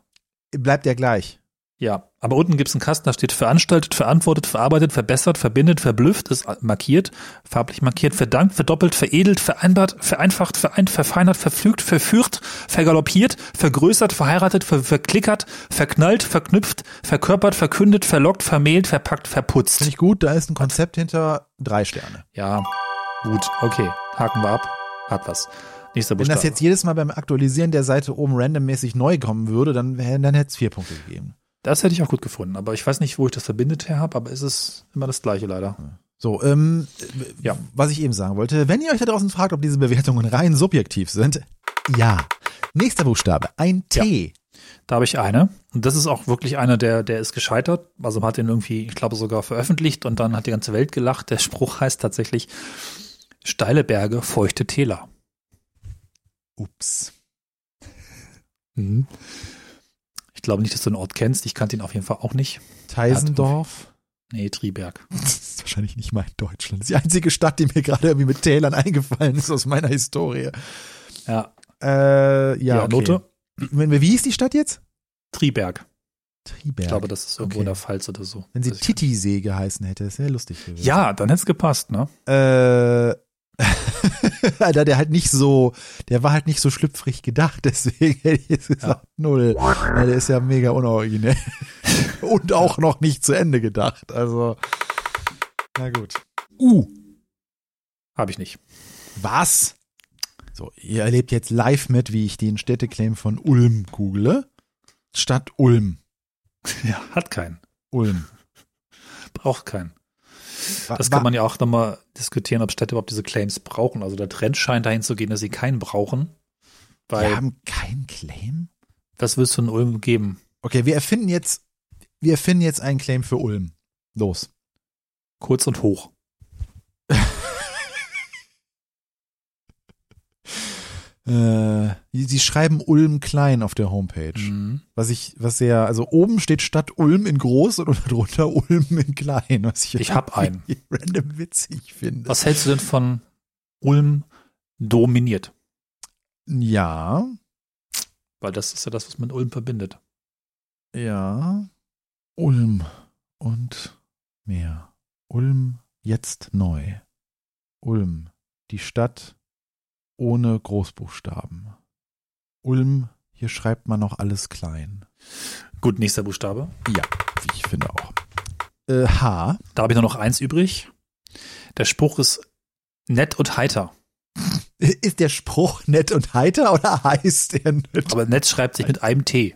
[SPEAKER 2] Bleibt ja gleich.
[SPEAKER 3] Ja, aber unten gibt's einen Kasten, da steht veranstaltet, verantwortet, verarbeitet, verbessert, verbindet, verblüfft, ist markiert, farblich markiert, verdankt, verdoppelt, veredelt, vereinbart, vereinfacht, vereint, verfeinert, verpflügt, verführt, vergaloppiert, vergrößert, verheiratet, ver verklickert, verknallt, verknüpft, verkörpert, verkündet, verlockt, vermählt, verpackt,
[SPEAKER 2] Finde
[SPEAKER 3] verputzt.
[SPEAKER 2] ich gut, da ist ein Konzept hinter drei Sterne.
[SPEAKER 3] Ja, gut, okay, haken wir ab, hat was. Nächster
[SPEAKER 2] Wenn
[SPEAKER 3] Buchstabe.
[SPEAKER 2] das jetzt jedes Mal beim Aktualisieren der Seite oben randommäßig neu kommen würde, dann, wär- dann hätte es vier Punkte gegeben.
[SPEAKER 3] das hätte ich auch gut gefunden, aber ich weiß nicht, wo ich das verbindet her habe, aber es ist immer das gleiche leider.
[SPEAKER 2] So, ähm,
[SPEAKER 3] Ja.
[SPEAKER 2] ja. was ich eben sagen wollte, wenn ihr euch da draußen fragt, ob diese Bewertungen rein subjektiv sind, ja. Nächster Buchstabe, ein T.
[SPEAKER 3] Da habe ich eine. Und das ist auch wirklich einer, der, der ist gescheitert. Also man hat den irgendwie, ich glaube, sogar veröffentlicht und dann hat die ganze Welt gelacht. Der Spruch heißt tatsächlich steile Berge, feuchte Täler.
[SPEAKER 2] Ups.
[SPEAKER 3] Ich glaube nicht, dass du den Ort kennst. Ich kannte ihn auf jeden Fall auch nicht.
[SPEAKER 2] Teisendorf.
[SPEAKER 3] Nee, Triberg.
[SPEAKER 2] Das ist wahrscheinlich nicht mein Deutschland. Das ist die einzige Stadt, die mir gerade irgendwie mit Tälern eingefallen ist aus meiner Historie.
[SPEAKER 3] Ja,
[SPEAKER 2] Äh, ja, okay.
[SPEAKER 3] Note.
[SPEAKER 2] Wie, wie hieß die Stadt jetzt?
[SPEAKER 3] Triberg.
[SPEAKER 2] Triberg.
[SPEAKER 3] Ich glaube, das ist irgendwo
[SPEAKER 2] Okay.
[SPEAKER 3] in der Pfalz oder so.
[SPEAKER 2] Wenn sie
[SPEAKER 3] Weiß ich gar
[SPEAKER 2] Titisee geheißen hätte, das wäre lustig gewesen.
[SPEAKER 3] nicht. ja, dann hätte es gepasst, ne?
[SPEAKER 2] Äh, da der halt nicht so, der war halt nicht so schlüpfrig gedacht, deswegen hätte ich jetzt gesagt null. Weil der ist ja mega unoriginell. Und auch noch nicht zu Ende gedacht. Also, na gut. Uh,
[SPEAKER 3] Habe ich nicht.
[SPEAKER 2] was? So, ihr erlebt jetzt live mit, wie ich den Städteclaim von Ulm google. Stadt Ulm.
[SPEAKER 3] Ja, hat keinen.
[SPEAKER 2] Ulm.
[SPEAKER 3] Braucht keinen.
[SPEAKER 2] Wa-
[SPEAKER 3] Das
[SPEAKER 2] wa-
[SPEAKER 3] kann man ja auch nochmal diskutieren, ob Städte überhaupt diese Claims brauchen. Also der Trend scheint dahin zu gehen, dass sie keinen brauchen. Weil
[SPEAKER 2] Wir haben keinen Claim?
[SPEAKER 3] Was willst du in Ulm geben?
[SPEAKER 2] Okay, wir erfinden jetzt, wir erfinden jetzt einen Claim für Ulm. Los.
[SPEAKER 3] Kurz und hoch.
[SPEAKER 2] Äh, die- sie schreiben Ulm klein auf der Homepage.
[SPEAKER 3] Mhm.
[SPEAKER 2] Was ich, was sehr, also oben steht Stadt Ulm in groß und drunter Ulm in klein, was ich,
[SPEAKER 3] Ich hab einen.
[SPEAKER 2] random witzig finde.
[SPEAKER 3] Was hältst du denn von Ulm dominiert?
[SPEAKER 2] Ja,
[SPEAKER 3] Weil das ist ja das, was man Ulm verbindet.
[SPEAKER 2] ja. Ulm und mehr. Ulm jetzt neu. Ulm, die Stadt ohne Großbuchstaben. Ulm, hier schreibt man noch alles klein.
[SPEAKER 3] Gut, nächster Buchstabe.
[SPEAKER 2] Ja, wie ich finde auch. Äh, H.
[SPEAKER 3] Da habe ich nur noch eins übrig. Der Spruch ist nett und heiter.
[SPEAKER 2] Ist der Spruch nett und heiter oder heißt er nett?
[SPEAKER 3] Aber nett schreibt sich mit einem T.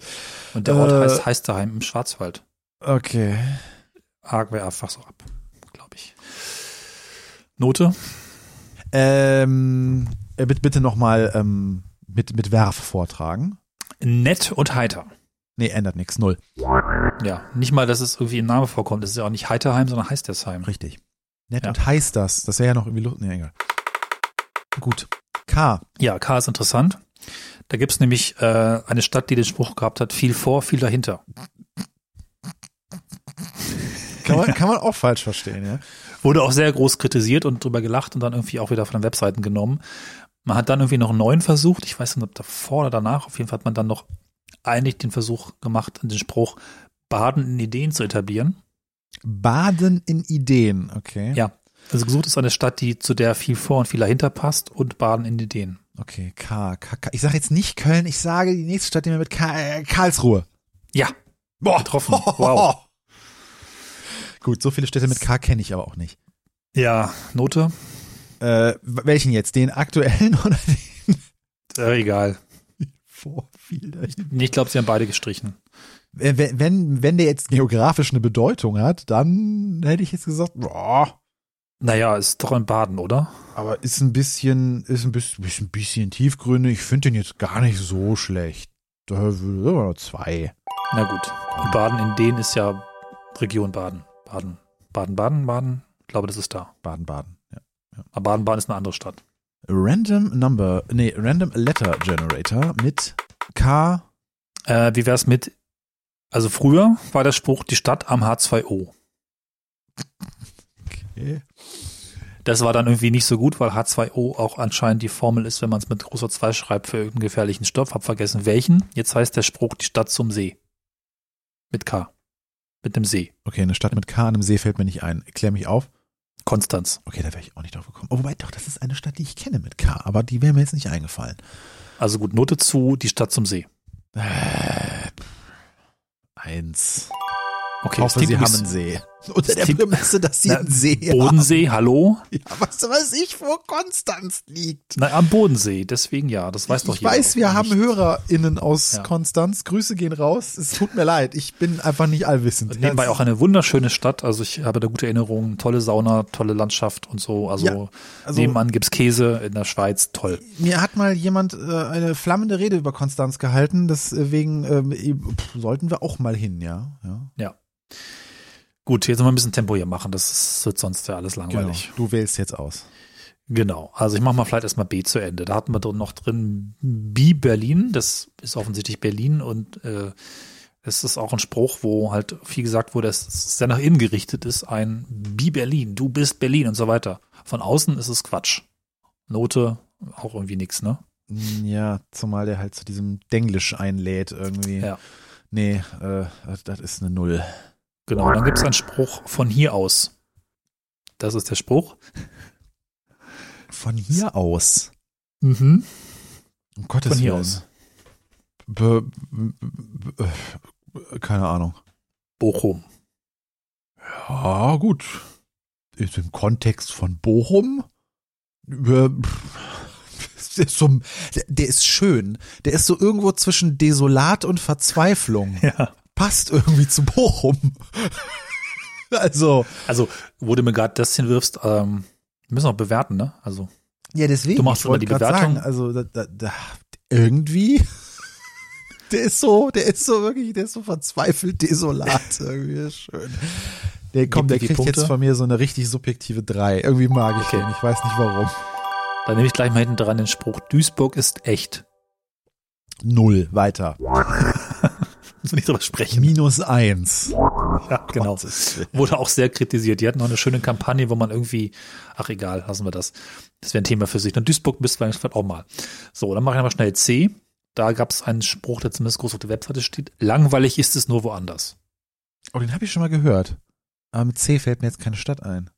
[SPEAKER 3] Und der Ort
[SPEAKER 2] Äh.
[SPEAKER 3] heißt, heißt daheim im Schwarzwald.
[SPEAKER 2] Okay.
[SPEAKER 3] Haken wir einfach so ab, glaube ich. Note?
[SPEAKER 2] Ähm, äh, bitte, bitte nochmal ähm, mit, mit Werf vortragen.
[SPEAKER 3] Nett und heiter.
[SPEAKER 2] Nee, ändert nichts. Null.
[SPEAKER 3] Ja, nicht mal, dass es irgendwie im Namen vorkommt. Das ist ja auch nicht Heiterheim, sondern Heistersheim.
[SPEAKER 2] Richtig. Nett
[SPEAKER 3] Ja.
[SPEAKER 2] und heißt das. Das wäre ja noch irgendwie Lust. Nee, egal. Gut. K.
[SPEAKER 3] Ja, K ist interessant. Da gibt's nämlich äh, eine Stadt, die den Spruch gehabt hat, viel vor, viel dahinter.
[SPEAKER 2] Kann man, kann man auch falsch verstehen, ja.
[SPEAKER 3] Wurde auch sehr groß kritisiert und drüber gelacht und dann irgendwie auch wieder von den Webseiten genommen. Man hat dann irgendwie noch einen neuen versucht. Ich weiß nicht, ob davor oder danach. Auf jeden Fall hat man dann noch eigentlich den Versuch gemacht, den Spruch Baden in Ideen zu etablieren.
[SPEAKER 2] Baden in Ideen, okay.
[SPEAKER 3] Ja. Also gesucht ist eine Stadt, die zu der viel vor und viel dahinter passt und Baden in Ideen.
[SPEAKER 2] Okay, K, K, K. Ich sage jetzt nicht Köln, ich sage die nächste Stadt, die mir mit K, äh, Karlsruhe.
[SPEAKER 3] Ja.
[SPEAKER 2] Boah,
[SPEAKER 3] Getroffen. Wow.
[SPEAKER 2] Gut, so viele Städte mit K kenne ich aber auch nicht.
[SPEAKER 3] Ja, Note?
[SPEAKER 2] Äh, welchen jetzt? Den aktuellen oder den
[SPEAKER 3] Äh, egal.
[SPEAKER 2] vor vielleicht?
[SPEAKER 3] Nee, Ich glaube, sie haben beide gestrichen.
[SPEAKER 2] Äh, Wenn, wenn, wenn der jetzt geografisch eine Bedeutung hat, dann hätte ich jetzt gesagt, boah,
[SPEAKER 3] Naja, ist doch in Baden, oder?
[SPEAKER 2] aber ist ein bisschen, ist ein bisschen, ist ein bisschen tiefgründig. Ich finde den jetzt gar nicht so schlecht. Da würde da waren noch zwei.
[SPEAKER 3] Na gut. Und Baden in Dänen ist ja Region Baden. Baden. Baden, Baden, Baden. Ich glaube, das ist da.
[SPEAKER 2] Baden-Baden. Ja.
[SPEAKER 3] Aber Baden, Baden ist eine andere Stadt.
[SPEAKER 2] Random Number, nee, Random Letter Generator mit K.
[SPEAKER 3] Äh, wie wär's mit, also früher war der Spruch die Stadt am H2O.
[SPEAKER 2] Okay.
[SPEAKER 3] Das war dann irgendwie nicht so gut, weil H2O auch anscheinend die Formel ist, wenn man es mit großer 2 schreibt für irgendeinen gefährlichen Stoff. Hab vergessen welchen. Jetzt heißt der Spruch die Stadt zum See. Mit K. Mit einem See.
[SPEAKER 2] Okay, eine Stadt mit K an einem See fällt mir nicht ein. Klär mich auf.
[SPEAKER 3] Konstanz.
[SPEAKER 2] Okay, da wäre ich auch nicht drauf gekommen. Oh, wobei doch, das ist eine Stadt, die ich kenne mit K, aber die wäre mir jetzt nicht eingefallen.
[SPEAKER 3] Also gut, Note zu, die Stadt zum See.
[SPEAKER 2] Äh, eins.
[SPEAKER 3] Okay,
[SPEAKER 2] Ich hoffe,
[SPEAKER 3] das
[SPEAKER 2] sie
[SPEAKER 3] klingt
[SPEAKER 2] haben
[SPEAKER 3] nicht-
[SPEAKER 2] einen See. Unter der
[SPEAKER 3] klingt-
[SPEAKER 2] Prämisse, dass sie
[SPEAKER 3] Na,
[SPEAKER 2] einen See haben.
[SPEAKER 3] Bodensee, hallo?
[SPEAKER 2] Ja, was weiß ich, wo Konstanz liegt.
[SPEAKER 3] Nein, am Bodensee, deswegen ja, das weiß doch
[SPEAKER 2] ich
[SPEAKER 3] jeder.
[SPEAKER 2] weiß, wir haben HörerInnen aus
[SPEAKER 3] Ja.
[SPEAKER 2] Konstanz. Grüße gehen raus. Es tut mir leid. Ich bin einfach nicht allwissend.
[SPEAKER 3] Und nebenbei
[SPEAKER 2] Das-
[SPEAKER 3] auch eine wunderschöne Stadt, also ich habe da gute Erinnerungen, tolle Sauna, tolle Landschaft und so, also,
[SPEAKER 2] Ja, also-
[SPEAKER 3] nebenan gibt's Käse in der Schweiz, toll.
[SPEAKER 2] Mir hat mal jemand äh, eine flammende Rede über Konstanz gehalten, deswegen ähm, eh, pff, sollten wir auch mal hin, ja. ja.
[SPEAKER 3] Gut, jetzt mal ein bisschen Tempo hier machen, das ist, wird sonst ja alles langweilig.
[SPEAKER 2] Genau. Du wählst jetzt aus.
[SPEAKER 3] Genau, also ich mache mal vielleicht erstmal B zu Ende. Da hatten wir drin noch drin B Berlin, das ist offensichtlich Berlin und äh, es ist auch ein Spruch, wo halt viel gesagt wurde, dass es sehr nach innen gerichtet ist, ein B Berlin, du bist Berlin und so weiter. Von außen ist es Quatsch. Note auch irgendwie nix, ne?
[SPEAKER 2] Mm, Ja, zumal der halt zu diesem Denglisch einlädt irgendwie.
[SPEAKER 3] Ja.
[SPEAKER 2] Nee, äh, das- das ist eine Null.
[SPEAKER 3] Genau, und dann gibt es einen Spruch von hier aus. Das ist der Spruch.
[SPEAKER 2] Von hier aus.
[SPEAKER 3] Mhm.
[SPEAKER 2] Um Gottes
[SPEAKER 3] Von hier
[SPEAKER 2] Willen.
[SPEAKER 3] aus.
[SPEAKER 2] B b- b- äh, keine Ahnung.
[SPEAKER 3] Bochum.
[SPEAKER 2] Ja, gut. Ist im Kontext von Bochum. äh, pff, Der ist, so, der- der ist schön. Der ist so irgendwo zwischen Desolat und Verzweiflung.
[SPEAKER 3] Ja.
[SPEAKER 2] Passt irgendwie zu Bochum. Also,
[SPEAKER 3] Also, wo du mir gerade das hinwirfst, ähm, wir müssen auch bewerten, ne? Also,
[SPEAKER 2] ja, deswegen.
[SPEAKER 3] Du machst
[SPEAKER 2] ich wollte
[SPEAKER 3] immer die
[SPEAKER 2] grad
[SPEAKER 3] Bewertung.
[SPEAKER 2] Sagen, also, da, da, da, irgendwie. Der ist so, der ist so wirklich, der ist so verzweifelt desolat. Irgendwie ist schön. Der kommt, der
[SPEAKER 3] mir die
[SPEAKER 2] kriegt
[SPEAKER 3] Punkte.
[SPEAKER 2] jetzt von mir so eine richtig subjektive 3. Irgendwie mag ich
[SPEAKER 3] Okay.
[SPEAKER 2] den. Ich weiß nicht warum.
[SPEAKER 3] dann nehme ich gleich mal hinten dran den Spruch, Duisburg ist echt.
[SPEAKER 2] Null. Weiter.
[SPEAKER 3] Müssen wir nicht drüber sprechen.
[SPEAKER 2] Minus eins.
[SPEAKER 3] Ja, genau. Wurde auch sehr kritisiert. Die hatten noch eine schöne Kampagne, wo man irgendwie, ach egal, lassen wir das. Das wäre ein Thema für sich. Und Duisburg müssten wir eigentlich vielleicht auch mal. So, dann mache ich mal schnell C. Da gab es einen Spruch, der zumindest groß auf der Webseite steht. Langweilig ist es nur woanders.
[SPEAKER 2] Oh, den habe ich schon mal gehört. Aber mit C fällt mir jetzt keine Stadt ein.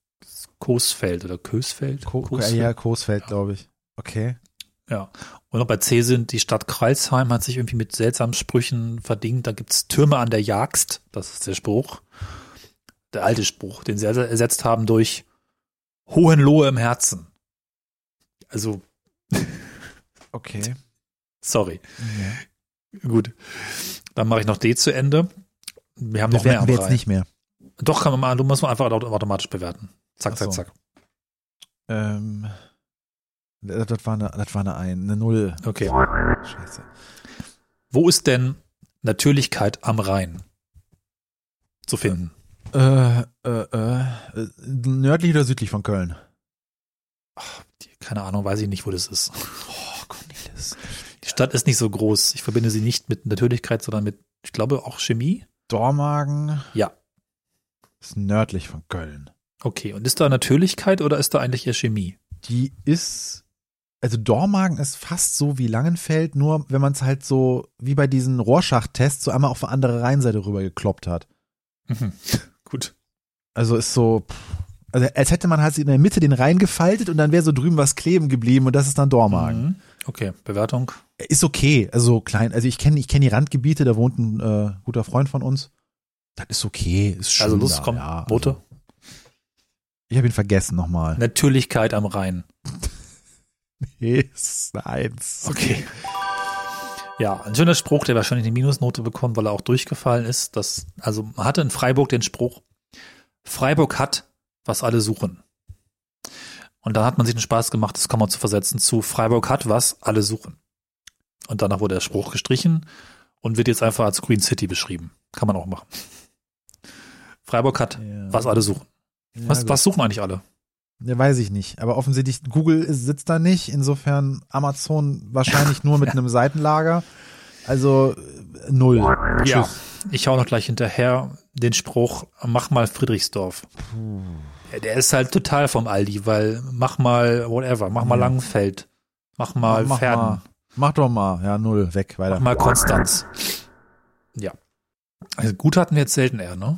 [SPEAKER 3] Coesfeld oder Kösfeld.
[SPEAKER 2] Ko
[SPEAKER 3] Coesfeld.
[SPEAKER 2] Ja, Coesfeld, glaube ich. Okay.
[SPEAKER 3] Und noch bei C sind die Stadt Kreilsheim hat sich irgendwie mit seltsamen Sprüchen verdingt. Da gibt's Türme an der Jagst. Das ist der Spruch. Der alte Spruch, den sie also ersetzt haben durch Hohenlohe im Herzen. Also,
[SPEAKER 2] Okay.
[SPEAKER 3] sorry.
[SPEAKER 2] Ja.
[SPEAKER 3] Gut. Dann mache ich noch D zu Ende. Wir haben noch
[SPEAKER 2] Bewerten
[SPEAKER 3] mehr am
[SPEAKER 2] wir jetzt
[SPEAKER 3] Reihen.
[SPEAKER 2] nicht mehr.
[SPEAKER 3] Doch, kann man mal, du musst man einfach automatisch bewerten. Zack,
[SPEAKER 2] Ach so.
[SPEAKER 3] zack, zack.
[SPEAKER 2] Ähm, das, das war eine, das war eine, ein, eine Null.
[SPEAKER 3] Okay.
[SPEAKER 2] Scheiße.
[SPEAKER 3] Wo ist denn Natürlichkeit am Rhein zu finden?
[SPEAKER 2] Äh, äh, äh, äh, nördlich oder südlich von Köln?
[SPEAKER 3] Keine Ahnung, weiß ich nicht, wo das ist.
[SPEAKER 2] Oh, Cornelis.
[SPEAKER 3] Die Stadt ist nicht so groß. Ich verbinde sie nicht mit Natürlichkeit, sondern mit, ich glaube, auch Chemie.
[SPEAKER 2] Dormagen.
[SPEAKER 3] Ja.
[SPEAKER 2] Ist nördlich von Köln.
[SPEAKER 3] Okay, und ist da Natürlichkeit oder ist da eigentlich eher Chemie?
[SPEAKER 2] Die ist, also Dormagen ist fast so wie Langenfeld, nur wenn man es halt so wie bei diesen Rohrschachtests so einmal auf eine andere Rheinseite rüber gekloppt hat.
[SPEAKER 3] Mhm. Gut.
[SPEAKER 2] Also ist so, pff, also als hätte man halt in der Mitte den Rhein gefaltet und dann wäre so drüben was kleben geblieben und das ist dann Dormagen.
[SPEAKER 3] Mhm. Okay, Bewertung.
[SPEAKER 2] Ist okay, also klein, also ich kenne ich kenn die Randgebiete, da wohnt ein äh, guter Freund von uns. Das ist okay, ist schön.
[SPEAKER 3] Also los,
[SPEAKER 2] da,
[SPEAKER 3] komm,
[SPEAKER 2] ja, also- ne.
[SPEAKER 3] Bote.
[SPEAKER 2] Ich habe ihn vergessen nochmal.
[SPEAKER 3] Natürlichkeit am Rhein.
[SPEAKER 2] Nee, ist eine Eins.
[SPEAKER 3] Okay. Ja, ein schöner Spruch, der wahrscheinlich eine Minusnote bekommt, weil er auch durchgefallen ist. Das, also man hatte in Freiburg den Spruch, Freiburg hat, was alle suchen. Und da hat man sich den Spaß gemacht, das kann man zu versetzen zu Freiburg hat, was alle suchen. Und danach wurde der Spruch gestrichen und wird jetzt einfach als Green City beschrieben. Kann man auch machen. Freiburg hat,
[SPEAKER 2] Ja.
[SPEAKER 3] was alle suchen.
[SPEAKER 2] Ja,
[SPEAKER 3] Was,
[SPEAKER 2] gut.
[SPEAKER 3] was suchen eigentlich alle?
[SPEAKER 2] Ja, weiß ich nicht. Aber offensichtlich, Google ist- sitzt da nicht. Insofern Amazon wahrscheinlich nur mit einem Seitenlager. Also äh, null.
[SPEAKER 3] Ja, ich hau noch gleich hinterher den Spruch, mach mal Friedrichsdorf. Ja, Der ist halt total vom Aldi, weil mach mal whatever, mach mal Langenfeld, mach mal
[SPEAKER 2] Mhm. mach,
[SPEAKER 3] Pferden,
[SPEAKER 2] mal. mach doch mal. Ja, null. Weg,
[SPEAKER 3] mach
[SPEAKER 2] weiter.
[SPEAKER 3] mal Konstanz. Ja. Also gut hatten wir jetzt selten eher, ne?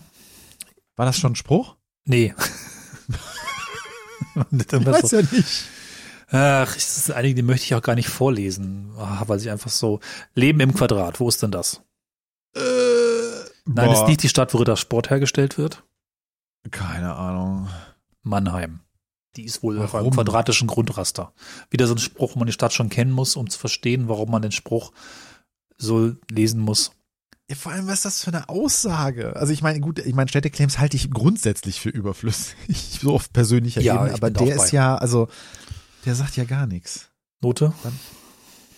[SPEAKER 2] War das schon ein Spruch?
[SPEAKER 3] Nee. Dann war's so.
[SPEAKER 2] ja nicht.
[SPEAKER 3] Ach, es sind einige, die möchte ich auch gar nicht vorlesen, ah, weil sie einfach so. Leben im Quadrat, wo ist denn das? Nein,
[SPEAKER 2] äh, Boah.
[SPEAKER 3] ist nicht die Stadt, wo Rittersport hergestellt wird.
[SPEAKER 2] Keine Ahnung.
[SPEAKER 3] Mannheim. Die ist wohl auf
[SPEAKER 2] Warum?
[SPEAKER 3] einem quadratischen Grundraster. Wieder so ein Spruch, wo man die Stadt schon kennen muss, um zu verstehen, warum man den Spruch so lesen muss.
[SPEAKER 2] Ja, vor allem, was ist das für eine Aussage? Also ich meine, gut, ich meine, Städteclaims halte ich grundsätzlich für überflüssig, so auf persönlicher
[SPEAKER 3] Ja,
[SPEAKER 2] Ebene,
[SPEAKER 3] ich
[SPEAKER 2] aber
[SPEAKER 3] bin da
[SPEAKER 2] der
[SPEAKER 3] auch bei.
[SPEAKER 2] ist ja, also, der sagt ja gar nichts.
[SPEAKER 3] Note?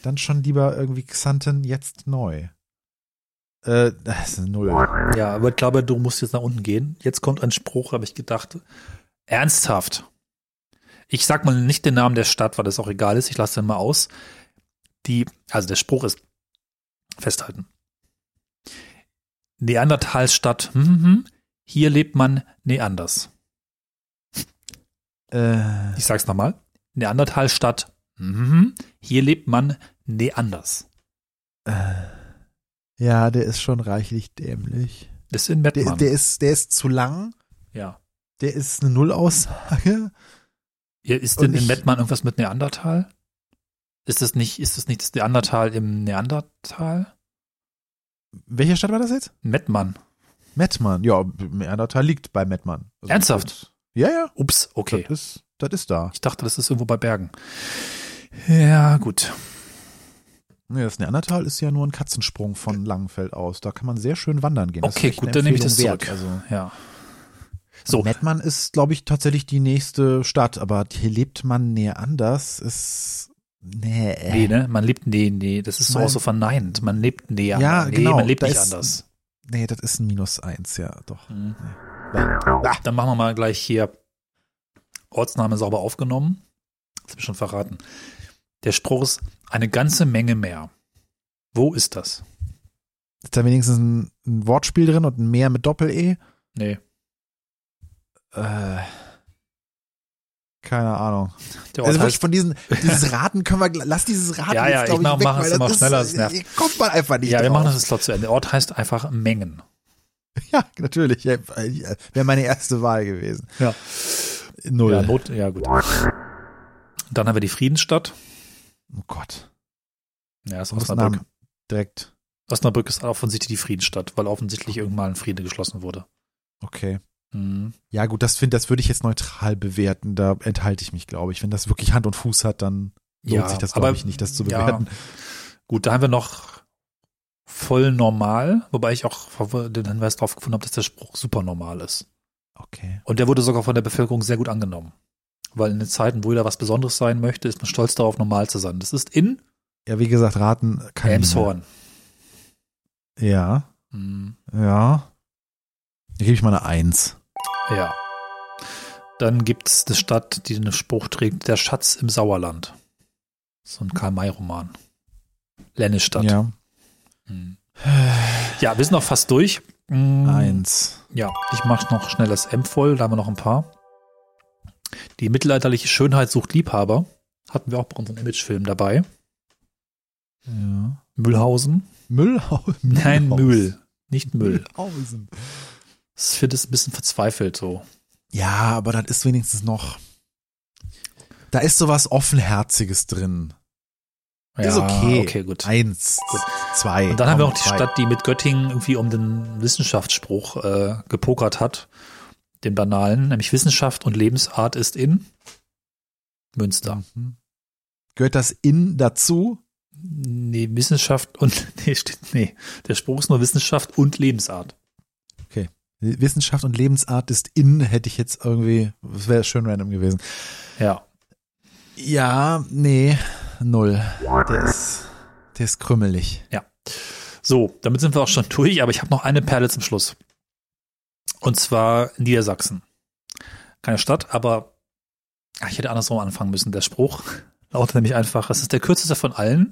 [SPEAKER 2] Dann schon lieber irgendwie Xanten jetzt neu. Äh, das ist eine Null.
[SPEAKER 3] Ja, aber ich glaube, du musst jetzt nach unten gehen. Jetzt kommt ein Spruch, habe ich gedacht. Ernsthaft. Ich sag mal nicht den Namen der Stadt, weil das auch egal ist. Ich lasse den mal aus. Die, also der Spruch ist festhalten. Neandertalstadt. Hm, hm, hier lebt man Neanders.
[SPEAKER 2] Äh,
[SPEAKER 3] Ich sag's nochmal. Neandertalstadt. Mhm. Hier lebt man Neanders.
[SPEAKER 2] äh. ja, der ist schon reichlich dämlich.
[SPEAKER 3] Das ist in
[SPEAKER 2] Der,
[SPEAKER 3] Mettmann.
[SPEAKER 2] der ist, der ist zu lang.
[SPEAKER 3] ja.
[SPEAKER 2] Der ist eine Nullaussage.
[SPEAKER 3] Ja, Ist
[SPEAKER 2] Und
[SPEAKER 3] denn in
[SPEAKER 2] ich-
[SPEAKER 3] Mettmann irgendwas mit Neandertal? Ist das nicht, ist das nicht das Neandertal im Neandertal?
[SPEAKER 2] Welche Stadt war das jetzt?
[SPEAKER 3] Mettmann.
[SPEAKER 2] Mettmann. Ja, Neandertal liegt bei Mettmann. Also,
[SPEAKER 3] Ernsthaft?
[SPEAKER 2] das- Ja, ja.
[SPEAKER 3] Ups, okay.
[SPEAKER 2] Das ist, das ist da.
[SPEAKER 3] Ich dachte, das ist irgendwo bei Bergen. Ja, gut.
[SPEAKER 2] Nee, das Neandertal ist ja nur ein Katzensprung von Langenfeld aus. Da kann man sehr schön wandern gehen. Das ist
[SPEAKER 3] Okay,
[SPEAKER 2] echt eine
[SPEAKER 3] gut, dann nehme ich das
[SPEAKER 2] Empfehlung
[SPEAKER 3] zurück.
[SPEAKER 2] wert. Also,
[SPEAKER 3] Ja.
[SPEAKER 2] so.
[SPEAKER 3] So.
[SPEAKER 2] Mettmann ist, glaube ich, tatsächlich die nächste Stadt, aber hier lebt man näher anders. Ist. Nee. äh,
[SPEAKER 3] Nee, ne? Man lebt, nee, nee. Das ist so
[SPEAKER 2] Mein-
[SPEAKER 3] auch so verneint. Man lebt näher.
[SPEAKER 2] Ja,
[SPEAKER 3] nee,
[SPEAKER 2] genau.
[SPEAKER 3] man lebt
[SPEAKER 2] Da
[SPEAKER 3] nicht
[SPEAKER 2] ist-
[SPEAKER 3] anders.
[SPEAKER 2] Nee, das ist ein Minus eins, ja, doch.
[SPEAKER 3] Mhm.
[SPEAKER 2] Da.
[SPEAKER 3] Dann machen wir mal gleich hier Ortsname sauber aufgenommen. Das habe ich schon verraten. Der Spruch ist eine ganze Menge mehr. Wo ist das?
[SPEAKER 2] Ist da wenigstens ein, ein Wortspiel drin und ein Meer mit Doppel-E?
[SPEAKER 3] Nee,
[SPEAKER 2] Äh, keine Ahnung.
[SPEAKER 3] der Ort
[SPEAKER 2] Also wirklich
[SPEAKER 3] heißt,
[SPEAKER 2] von diesen, dieses Raten können wir, gl- lass dieses Raten
[SPEAKER 3] Ja, ja,
[SPEAKER 2] jetzt, glaub
[SPEAKER 3] ich mach-
[SPEAKER 2] weg,
[SPEAKER 3] mach
[SPEAKER 2] weil
[SPEAKER 3] es immer
[SPEAKER 2] das
[SPEAKER 3] schneller,
[SPEAKER 2] ist,
[SPEAKER 3] das nervt.
[SPEAKER 2] Kommt man einfach nicht
[SPEAKER 3] ja, wir
[SPEAKER 2] drauf.
[SPEAKER 3] machen das jetzt trotzdem. Der Ort heißt einfach Mengen.
[SPEAKER 2] Ja, natürlich. Ja, Wäre meine erste Wahl gewesen.
[SPEAKER 3] Ja.
[SPEAKER 2] Null.
[SPEAKER 3] Ja, Not, ja gut. Dann haben wir die Friedensstadt.
[SPEAKER 2] oh Gott.
[SPEAKER 3] Ja, ist Osnabrück.
[SPEAKER 2] Ausnahmen. Direkt.
[SPEAKER 3] Osnabrück ist offensichtlich die Friedensstadt, weil offensichtlich irgendwann mal ein Friede geschlossen wurde.
[SPEAKER 2] Okay.
[SPEAKER 3] Mhm.
[SPEAKER 2] Ja, gut, das, find, das würde ich jetzt neutral bewerten. Da enthalte ich mich, glaube ich. Wenn das wirklich Hand und Fuß hat, dann lohnt sich das, glaube
[SPEAKER 3] aber-
[SPEAKER 2] ich, nicht, das zu
[SPEAKER 3] ja.
[SPEAKER 2] bewerten.
[SPEAKER 3] Gut, da haben wir noch voll normal, wobei ich auch den Hinweis darauf gefunden habe, dass der Spruch super normal ist.
[SPEAKER 2] Okay.
[SPEAKER 3] Und der wurde sogar von der Bevölkerung sehr gut angenommen. Weil in den Zeiten, wo jeder was Besonderes sein möchte, ist man stolz darauf, normal zu sein. Das ist in
[SPEAKER 2] Ja, wie gesagt, raten kann
[SPEAKER 3] Elmshorn.
[SPEAKER 2] ich. nicht. Ja.
[SPEAKER 3] Hm,
[SPEAKER 2] Ja. Da gebe ich mal eine Eins.
[SPEAKER 3] ja. Dann gibt es eine Stadt, die den Spruch trägt, der Schatz im Sauerland. So ein Karl-May-Roman. Lennestadt.
[SPEAKER 2] Ja.
[SPEAKER 3] Hm. Ja, wir sind auch fast durch. Mm,
[SPEAKER 2] Eins.
[SPEAKER 3] Ja, ich mache noch schnell das M voll, da haben wir noch ein paar. Die mittelalterliche Schönheit sucht Liebhaber. Hatten wir auch bei unserem Imagefilm dabei.
[SPEAKER 2] Ja.
[SPEAKER 3] Mühlhausen.
[SPEAKER 2] Müllhausen.
[SPEAKER 3] Nein, Mühl. Nicht Müll.
[SPEAKER 2] Müllhausen.
[SPEAKER 3] Ich finde es ein bisschen verzweifelt so.
[SPEAKER 2] Ja, aber das ist wenigstens noch. Da ist sowas Offenherziges drin.
[SPEAKER 3] Ja,
[SPEAKER 2] ist okay.
[SPEAKER 3] Okay, gut.
[SPEAKER 2] Eins,
[SPEAKER 3] Gut.
[SPEAKER 2] zwei.
[SPEAKER 3] Und dann haben wir
[SPEAKER 2] komm,
[SPEAKER 3] auch die
[SPEAKER 2] zwei.
[SPEAKER 3] Stadt, die mit Göttingen irgendwie um den Wissenschaftsspruch äh, gepokert hat. Den banalen, nämlich Wissenschaft und Lebensart ist in Münster.
[SPEAKER 2] Mhm. Gehört das in dazu?
[SPEAKER 3] Nee, Wissenschaft und, nee, steht, nee. Der Spruch ist nur Wissenschaft und Lebensart.
[SPEAKER 2] Wissenschaft und Lebensart ist in, hätte ich jetzt irgendwie, das wäre schön random gewesen.
[SPEAKER 3] Ja.
[SPEAKER 2] Ja, nee, null. Der ist, der ist krümmelig.
[SPEAKER 3] So, damit sind wir auch schon durch, aber ich habe noch eine Perle zum Schluss. Und zwar Niedersachsen. Keine Stadt, aber ach, ich hätte andersrum anfangen müssen. Der Spruch lautet nämlich einfach, es ist der kürzeste von allen.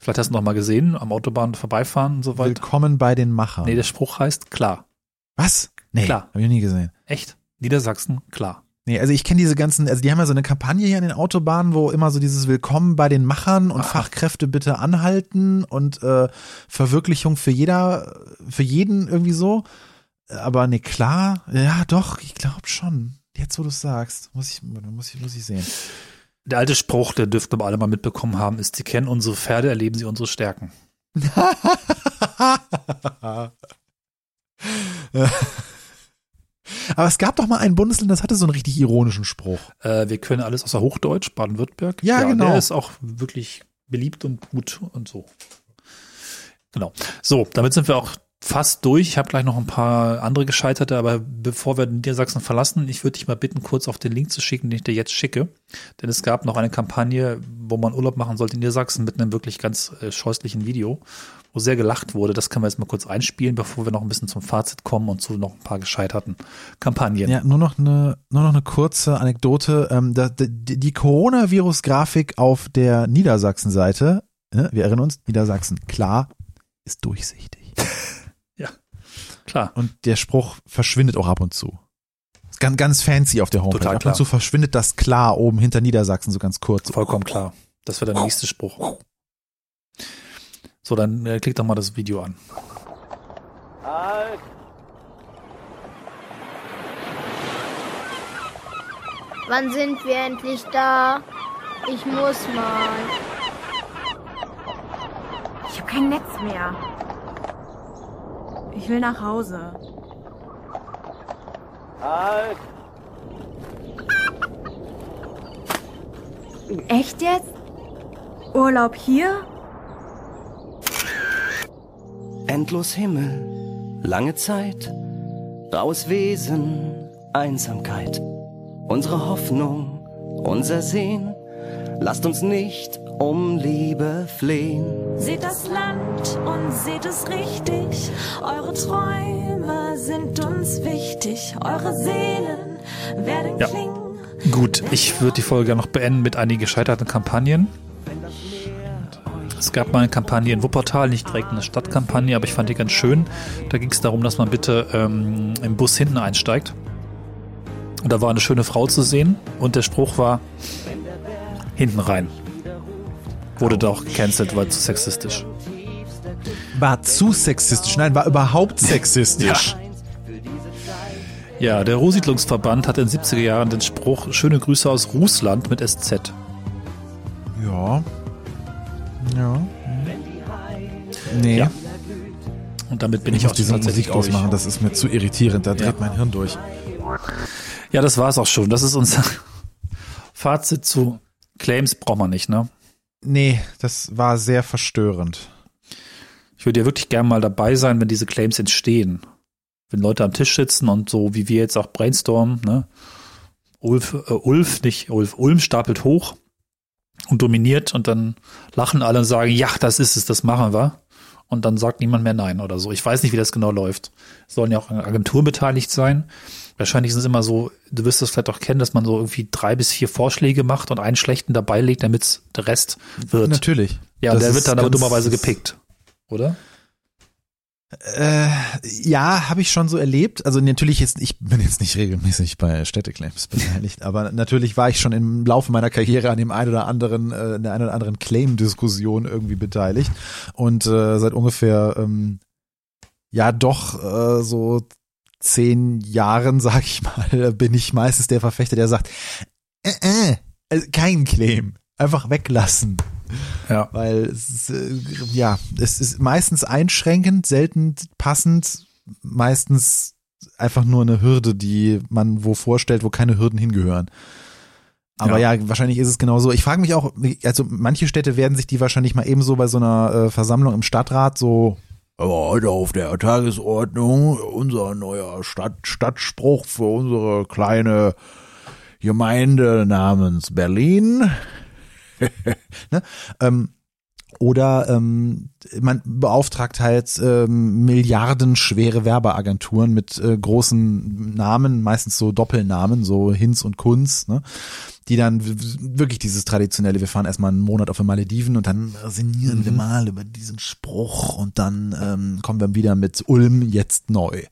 [SPEAKER 3] Vielleicht hast du noch mal gesehen, am Autobahn vorbeifahren und so weiter.
[SPEAKER 2] Willkommen bei den Machern.
[SPEAKER 3] Nee, der Spruch heißt klar.
[SPEAKER 2] Was? Nee,
[SPEAKER 3] Klar.
[SPEAKER 2] habe ich noch nie gesehen.
[SPEAKER 3] Echt? Niedersachsen, klar.
[SPEAKER 2] Nee, also ich kenne diese ganzen, also die haben ja so eine Kampagne hier an den Autobahnen, wo immer so dieses Willkommen bei den Machern und
[SPEAKER 3] Aha.
[SPEAKER 2] Fachkräfte bitte anhalten und äh, Verwirklichung für jeder, für jeden irgendwie so. Aber nee, klar, ja doch, ich glaube schon. Jetzt, wo du es sagst, muss ich, muss ich, muss ich sehen.
[SPEAKER 3] Der alte Spruch, der dürften aber alle mal mitbekommen haben, ist, sie kennen unsere Pferde, erleben sie unsere Stärken.
[SPEAKER 2] Aber es gab doch mal ein Bundesland, das hatte so einen richtig ironischen Spruch.
[SPEAKER 3] Äh, wir können alles außer Hochdeutsch, Baden-Württemberg.
[SPEAKER 2] Ja, genau.
[SPEAKER 3] Der ist auch wirklich beliebt und gut und so. Genau. So, damit sind wir auch fast durch. Ich habe gleich noch ein paar andere gescheiterte, aber bevor wir Niedersachsen verlassen, ich würde dich mal bitten, kurz auf den Link zu schicken, den ich dir jetzt schicke. Denn es gab noch eine Kampagne, wo man Urlaub machen sollte in Niedersachsen mit einem wirklich ganz äh, scheußlichen Video, wo sehr gelacht wurde. Das können wir jetzt mal kurz einspielen, bevor wir noch ein bisschen zum Fazit kommen und zu noch ein paar gescheiterten Kampagnen.
[SPEAKER 2] Ja, nur noch eine, nur noch eine kurze Anekdote. Ähm, da, die die Coronavirus-Grafik auf der Niedersachsen-Seite, ne, wir erinnern uns, Niedersachsen, klar, ist durchsichtig.
[SPEAKER 3] Klar.
[SPEAKER 2] Und der Spruch verschwindet auch ab und zu. Ist ganz, ganz fancy auf der Homepage.
[SPEAKER 3] Total
[SPEAKER 2] ab
[SPEAKER 3] klar.
[SPEAKER 2] und zu verschwindet das klar oben hinter Niedersachsen so ganz kurz. So.
[SPEAKER 3] Vollkommen klar. Das wäre der nächste Spruch. So, dann äh, klick doch mal das Video an.
[SPEAKER 4] Halt!
[SPEAKER 5] Wann sind wir endlich da? Ich muss mal.
[SPEAKER 6] Ich habe kein Netz mehr. Ich will nach Hause.
[SPEAKER 4] Halt!
[SPEAKER 6] Echt jetzt? Urlaub hier?
[SPEAKER 7] Endlos Himmel, lange Zeit, raues Wesen, Einsamkeit. Unsere Hoffnung, unser Sehn, lasst uns nicht um Liebe flehen.
[SPEAKER 8] Seht das Land und seht es richtig. Eure Träume sind uns wichtig. Eure Seelen werden
[SPEAKER 3] Ja.
[SPEAKER 8] klingen.
[SPEAKER 3] Gut, ich würde die Folge gerne noch beenden mit einigen gescheiterten Kampagnen. Es gab mal eine Kampagne in Wuppertal, nicht direkt eine Stadtkampagne, aber ich fand die ganz schön. Da ging es darum, dass man bitte ähm, im Bus hinten einsteigt. Und da war eine schöne Frau zu sehen und der Spruch war hinten rein. Wurde da auch gecancelt, weil zu sexistisch.
[SPEAKER 2] War zu sexistisch. Nein, war überhaupt sexistisch.
[SPEAKER 3] Ja, der Ruhsiedlungsverband hat in den 70er Jahren den Spruch Schöne Grüße aus Russland mit SZ.
[SPEAKER 2] Ja. Ja. Nee.
[SPEAKER 3] Ja. Und damit bin ich,
[SPEAKER 2] Ich
[SPEAKER 3] auch
[SPEAKER 2] muss diese
[SPEAKER 3] tatsächlich
[SPEAKER 2] Musik ausmachen, das ist mir zu irritierend, da dreht mein Hirn durch.
[SPEAKER 3] Durch. Ja, das war's auch schon. Das ist unser Fazit zu Claims braucht man nicht, ne?
[SPEAKER 2] Nee, das war sehr verstörend.
[SPEAKER 3] Ich würde ja wirklich gerne mal dabei sein, wenn diese Claims entstehen. Wenn Leute am Tisch sitzen und so wie wir jetzt auch brainstormen, ne? Ulf, äh, Ulf, nicht Ulf, Ulm stapelt hoch und dominiert und dann lachen alle und sagen, ja, das ist es, das machen wir. Und dann sagt niemand mehr nein oder so. Ich weiß nicht, wie das genau läuft. Es sollen ja auch Agenturen beteiligt sein. Wahrscheinlich sind es immer so, du wirst das vielleicht auch kennen, dass man so irgendwie drei bis vier Vorschläge macht und einen schlechten dabei legt, damit der Rest wird.
[SPEAKER 2] Natürlich.
[SPEAKER 3] Ja,
[SPEAKER 2] Das
[SPEAKER 3] und der
[SPEAKER 2] ist
[SPEAKER 3] wird dann aber
[SPEAKER 2] ganz-
[SPEAKER 3] dummerweise gepickt, oder?
[SPEAKER 2] äh, Ja, habe ich schon so erlebt. Also natürlich jetzt, ich bin jetzt nicht regelmäßig bei Städteclaims beteiligt, aber natürlich war ich schon im Laufe meiner Karriere an dem einen oder anderen, äh, in der einen oder anderen Claim-Diskussion irgendwie beteiligt. Und äh, seit ungefähr, ähm, ja doch, äh, so zehn Jahren, sag ich mal, bin ich meistens der Verfechter, der sagt, äh, äh, also kein Claim, einfach weglassen
[SPEAKER 3] Ja.
[SPEAKER 2] weil es, äh, ja, es ist meistens einschränkend, selten passend, meistens einfach nur eine Hürde, die man wo vorstellt, wo keine Hürden hingehören. Aber ja,
[SPEAKER 3] Ja.
[SPEAKER 2] wahrscheinlich ist es genauso. Ich frage mich auch, also manche Städte werden sich die wahrscheinlich mal ebenso bei so einer äh, Versammlung im Stadtrat so aber heute auf der Tagesordnung unser neuer Stadt Stadtspruch für unsere kleine Gemeinde namens Berlin. ne? ähm, oder ähm, man beauftragt halt ähm, milliardenschwere Werbeagenturen mit äh, großen Namen, meistens so Doppelnamen, so Hinz und Kunz, ne? die dann w- w- wirklich dieses traditionelle, wir fahren erstmal einen Monat auf den Malediven und dann sinnieren wir mal über diesen Spruch und dann ähm, kommen wir wieder mit Ulm jetzt neu.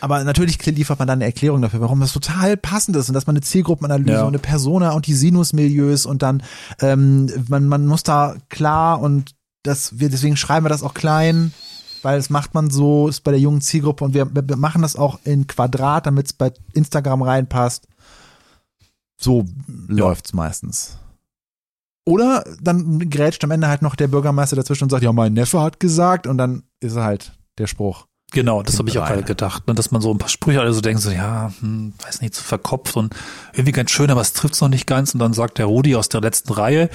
[SPEAKER 2] Aber natürlich liefert man dann eine Erklärung dafür, warum das total passend ist und dass man eine Zielgruppenanalyse
[SPEAKER 3] Ja.
[SPEAKER 2] und eine Persona und die Sinusmilieus und dann ähm, man, man muss da klar und das wir deswegen schreiben wir das auch klein, weil das macht man so ist bei der jungen Zielgruppe und wir, wir machen das auch in Quadrat, damit es bei Instagram reinpasst. So läuft's meistens. Oder dann grätscht am Ende halt noch der Bürgermeister dazwischen und sagt, ja, mein Neffe hat gesagt und dann ist er halt der Spruch.
[SPEAKER 3] Genau, das habe ich auch
[SPEAKER 2] Rein.
[SPEAKER 3] gerade gedacht, ne, dass man so ein paar Sprüche alle so denkt, so ja, hm, weiß nicht, so verkopft und irgendwie ganz schön, aber es trifft's noch nicht ganz. Und dann sagt der Rudi aus der letzten Reihe,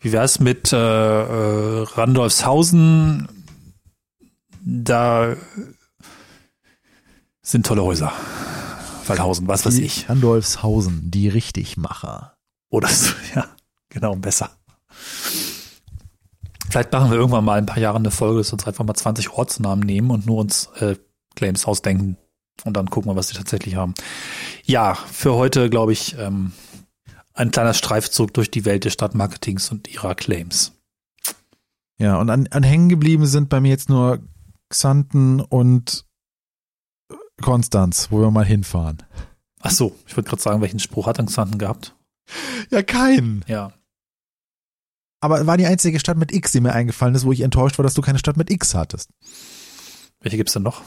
[SPEAKER 3] wie wär's mit äh, äh, Randolfshausen? Da sind tolle Häuser. Waldhausen, was weiß
[SPEAKER 2] Die
[SPEAKER 3] ich.
[SPEAKER 2] Randolfshausen, die Richtigmacher.
[SPEAKER 3] Oder so, ja, genau, besser. Vielleicht machen wir irgendwann mal in ein paar Jahren eine Folge, dass wir uns einfach mal 20 Ortsnamen nehmen und nur uns äh, Claims ausdenken und dann gucken wir, was die tatsächlich haben. Ja, für heute, glaube ich, ähm, ein kleiner Streifzug durch die Welt des Stadtmarketings und ihrer Claims.
[SPEAKER 2] Ja, und an, an hängen geblieben sind bei mir jetzt nur Xanten und Konstanz, wo wir mal hinfahren.
[SPEAKER 3] Ach so, ich wollte gerade sagen, welchen Spruch hat Xanten gehabt?
[SPEAKER 2] Ja, keinen.
[SPEAKER 3] Ja.
[SPEAKER 2] Aber war die einzige Stadt mit X, die mir eingefallen ist, wo ich enttäuscht war, dass du keine Stadt mit X hattest.
[SPEAKER 3] Welche gibt's denn noch?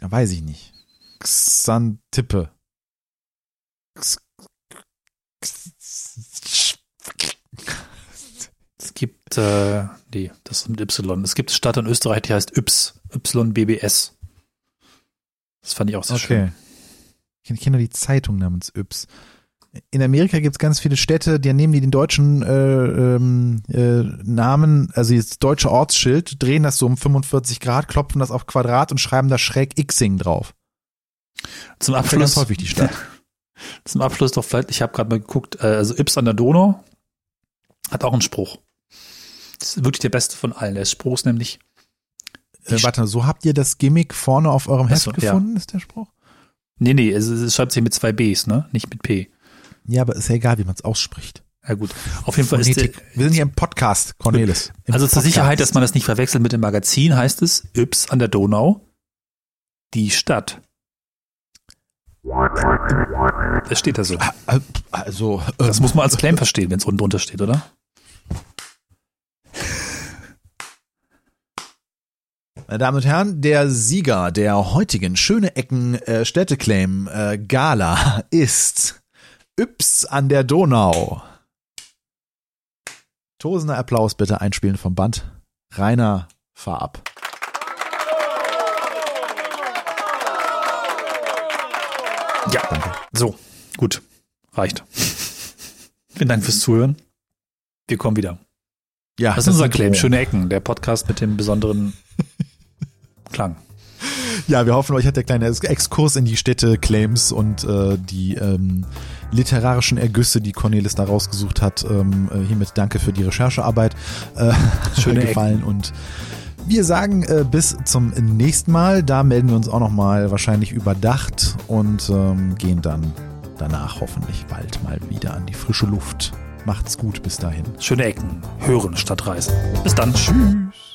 [SPEAKER 2] Ja, weiß ich nicht. Xantippe. X- X-
[SPEAKER 3] Es gibt, äh, nee, das ist mit Y. Es gibt eine Stadt in Österreich, die heißt Yps, YBBS. Das fand ich auch sehr schön.
[SPEAKER 2] Okay. Ich kenne nur die Zeitung namens Yps. In Amerika gibt es ganz viele Städte, die nehmen die den deutschen äh, ähm, äh, Namen, also das deutsche Ortsschild, drehen das so um 45 Grad, klopfen das auf Quadrat und schreiben da schräg Xing drauf. Das ist
[SPEAKER 3] Zum
[SPEAKER 2] ganz
[SPEAKER 3] Abschluss,
[SPEAKER 2] häufig die Stadt.
[SPEAKER 3] zum Abschluss doch vielleicht, ich habe gerade mal geguckt, äh, also Yps an der Donau hat auch einen Spruch. Das ist wirklich der beste von allen. Der Spruch ist nämlich, Die
[SPEAKER 2] Äh, warte, so habt ihr das Gimmick vorne auf eurem Heft
[SPEAKER 3] Ach so, ja.
[SPEAKER 2] gefunden, ist der Spruch?
[SPEAKER 3] nee, nee, es, es schreibt sich mit zwei Bs, ne? Nicht mit P.
[SPEAKER 2] Ja, aber ist ja egal, wie man es ausspricht.
[SPEAKER 3] Ja gut, auf jeden Fall ist der,
[SPEAKER 2] Phonetik. Wir sind hier im Podcast, Cornelis. Im
[SPEAKER 3] Also zur
[SPEAKER 2] Podcast.
[SPEAKER 3] Sicherheit, dass man das nicht verwechselt mit dem Magazin, heißt es Yps an der Donau, die Stadt. Das steht da so.
[SPEAKER 2] Äh, Also, äh,
[SPEAKER 3] Das muss man als Claim verstehen, wenn es unten drunter steht, oder?
[SPEAKER 2] Meine Damen und Herren, der Sieger der heutigen Schöne Ecken äh, Städteclaim äh, Gala ist Yps an der Donau. Tosender Applaus bitte einspielen vom Band. Rainer, fahr ab.
[SPEAKER 3] Ja. So, gut. Reicht. Vielen Dank fürs Zuhören. Wir kommen wieder.
[SPEAKER 2] Ja,
[SPEAKER 3] Das ist unser
[SPEAKER 2] sind
[SPEAKER 3] Claim.
[SPEAKER 2] wir.
[SPEAKER 3] Schöne Ecken. Der Podcast mit dem besonderen Klang.
[SPEAKER 2] Ja, wir hoffen, euch hat der kleine Exkurs in die Städte Claims und äh, die ähm, literarischen Ergüsse, die Cornelis da rausgesucht hat. Ähm, äh, hiermit danke für die Recherchearbeit. Äh,
[SPEAKER 3] Schöne
[SPEAKER 2] gefallen und wir sagen äh, bis zum nächsten Mal. Da melden wir uns auch nochmal wahrscheinlich überdacht und ähm, gehen dann danach hoffentlich bald mal wieder an die frische Luft. Macht's gut bis dahin.
[SPEAKER 3] Schöne Ecken. Hören statt reisen. Bis dann. Tschüss.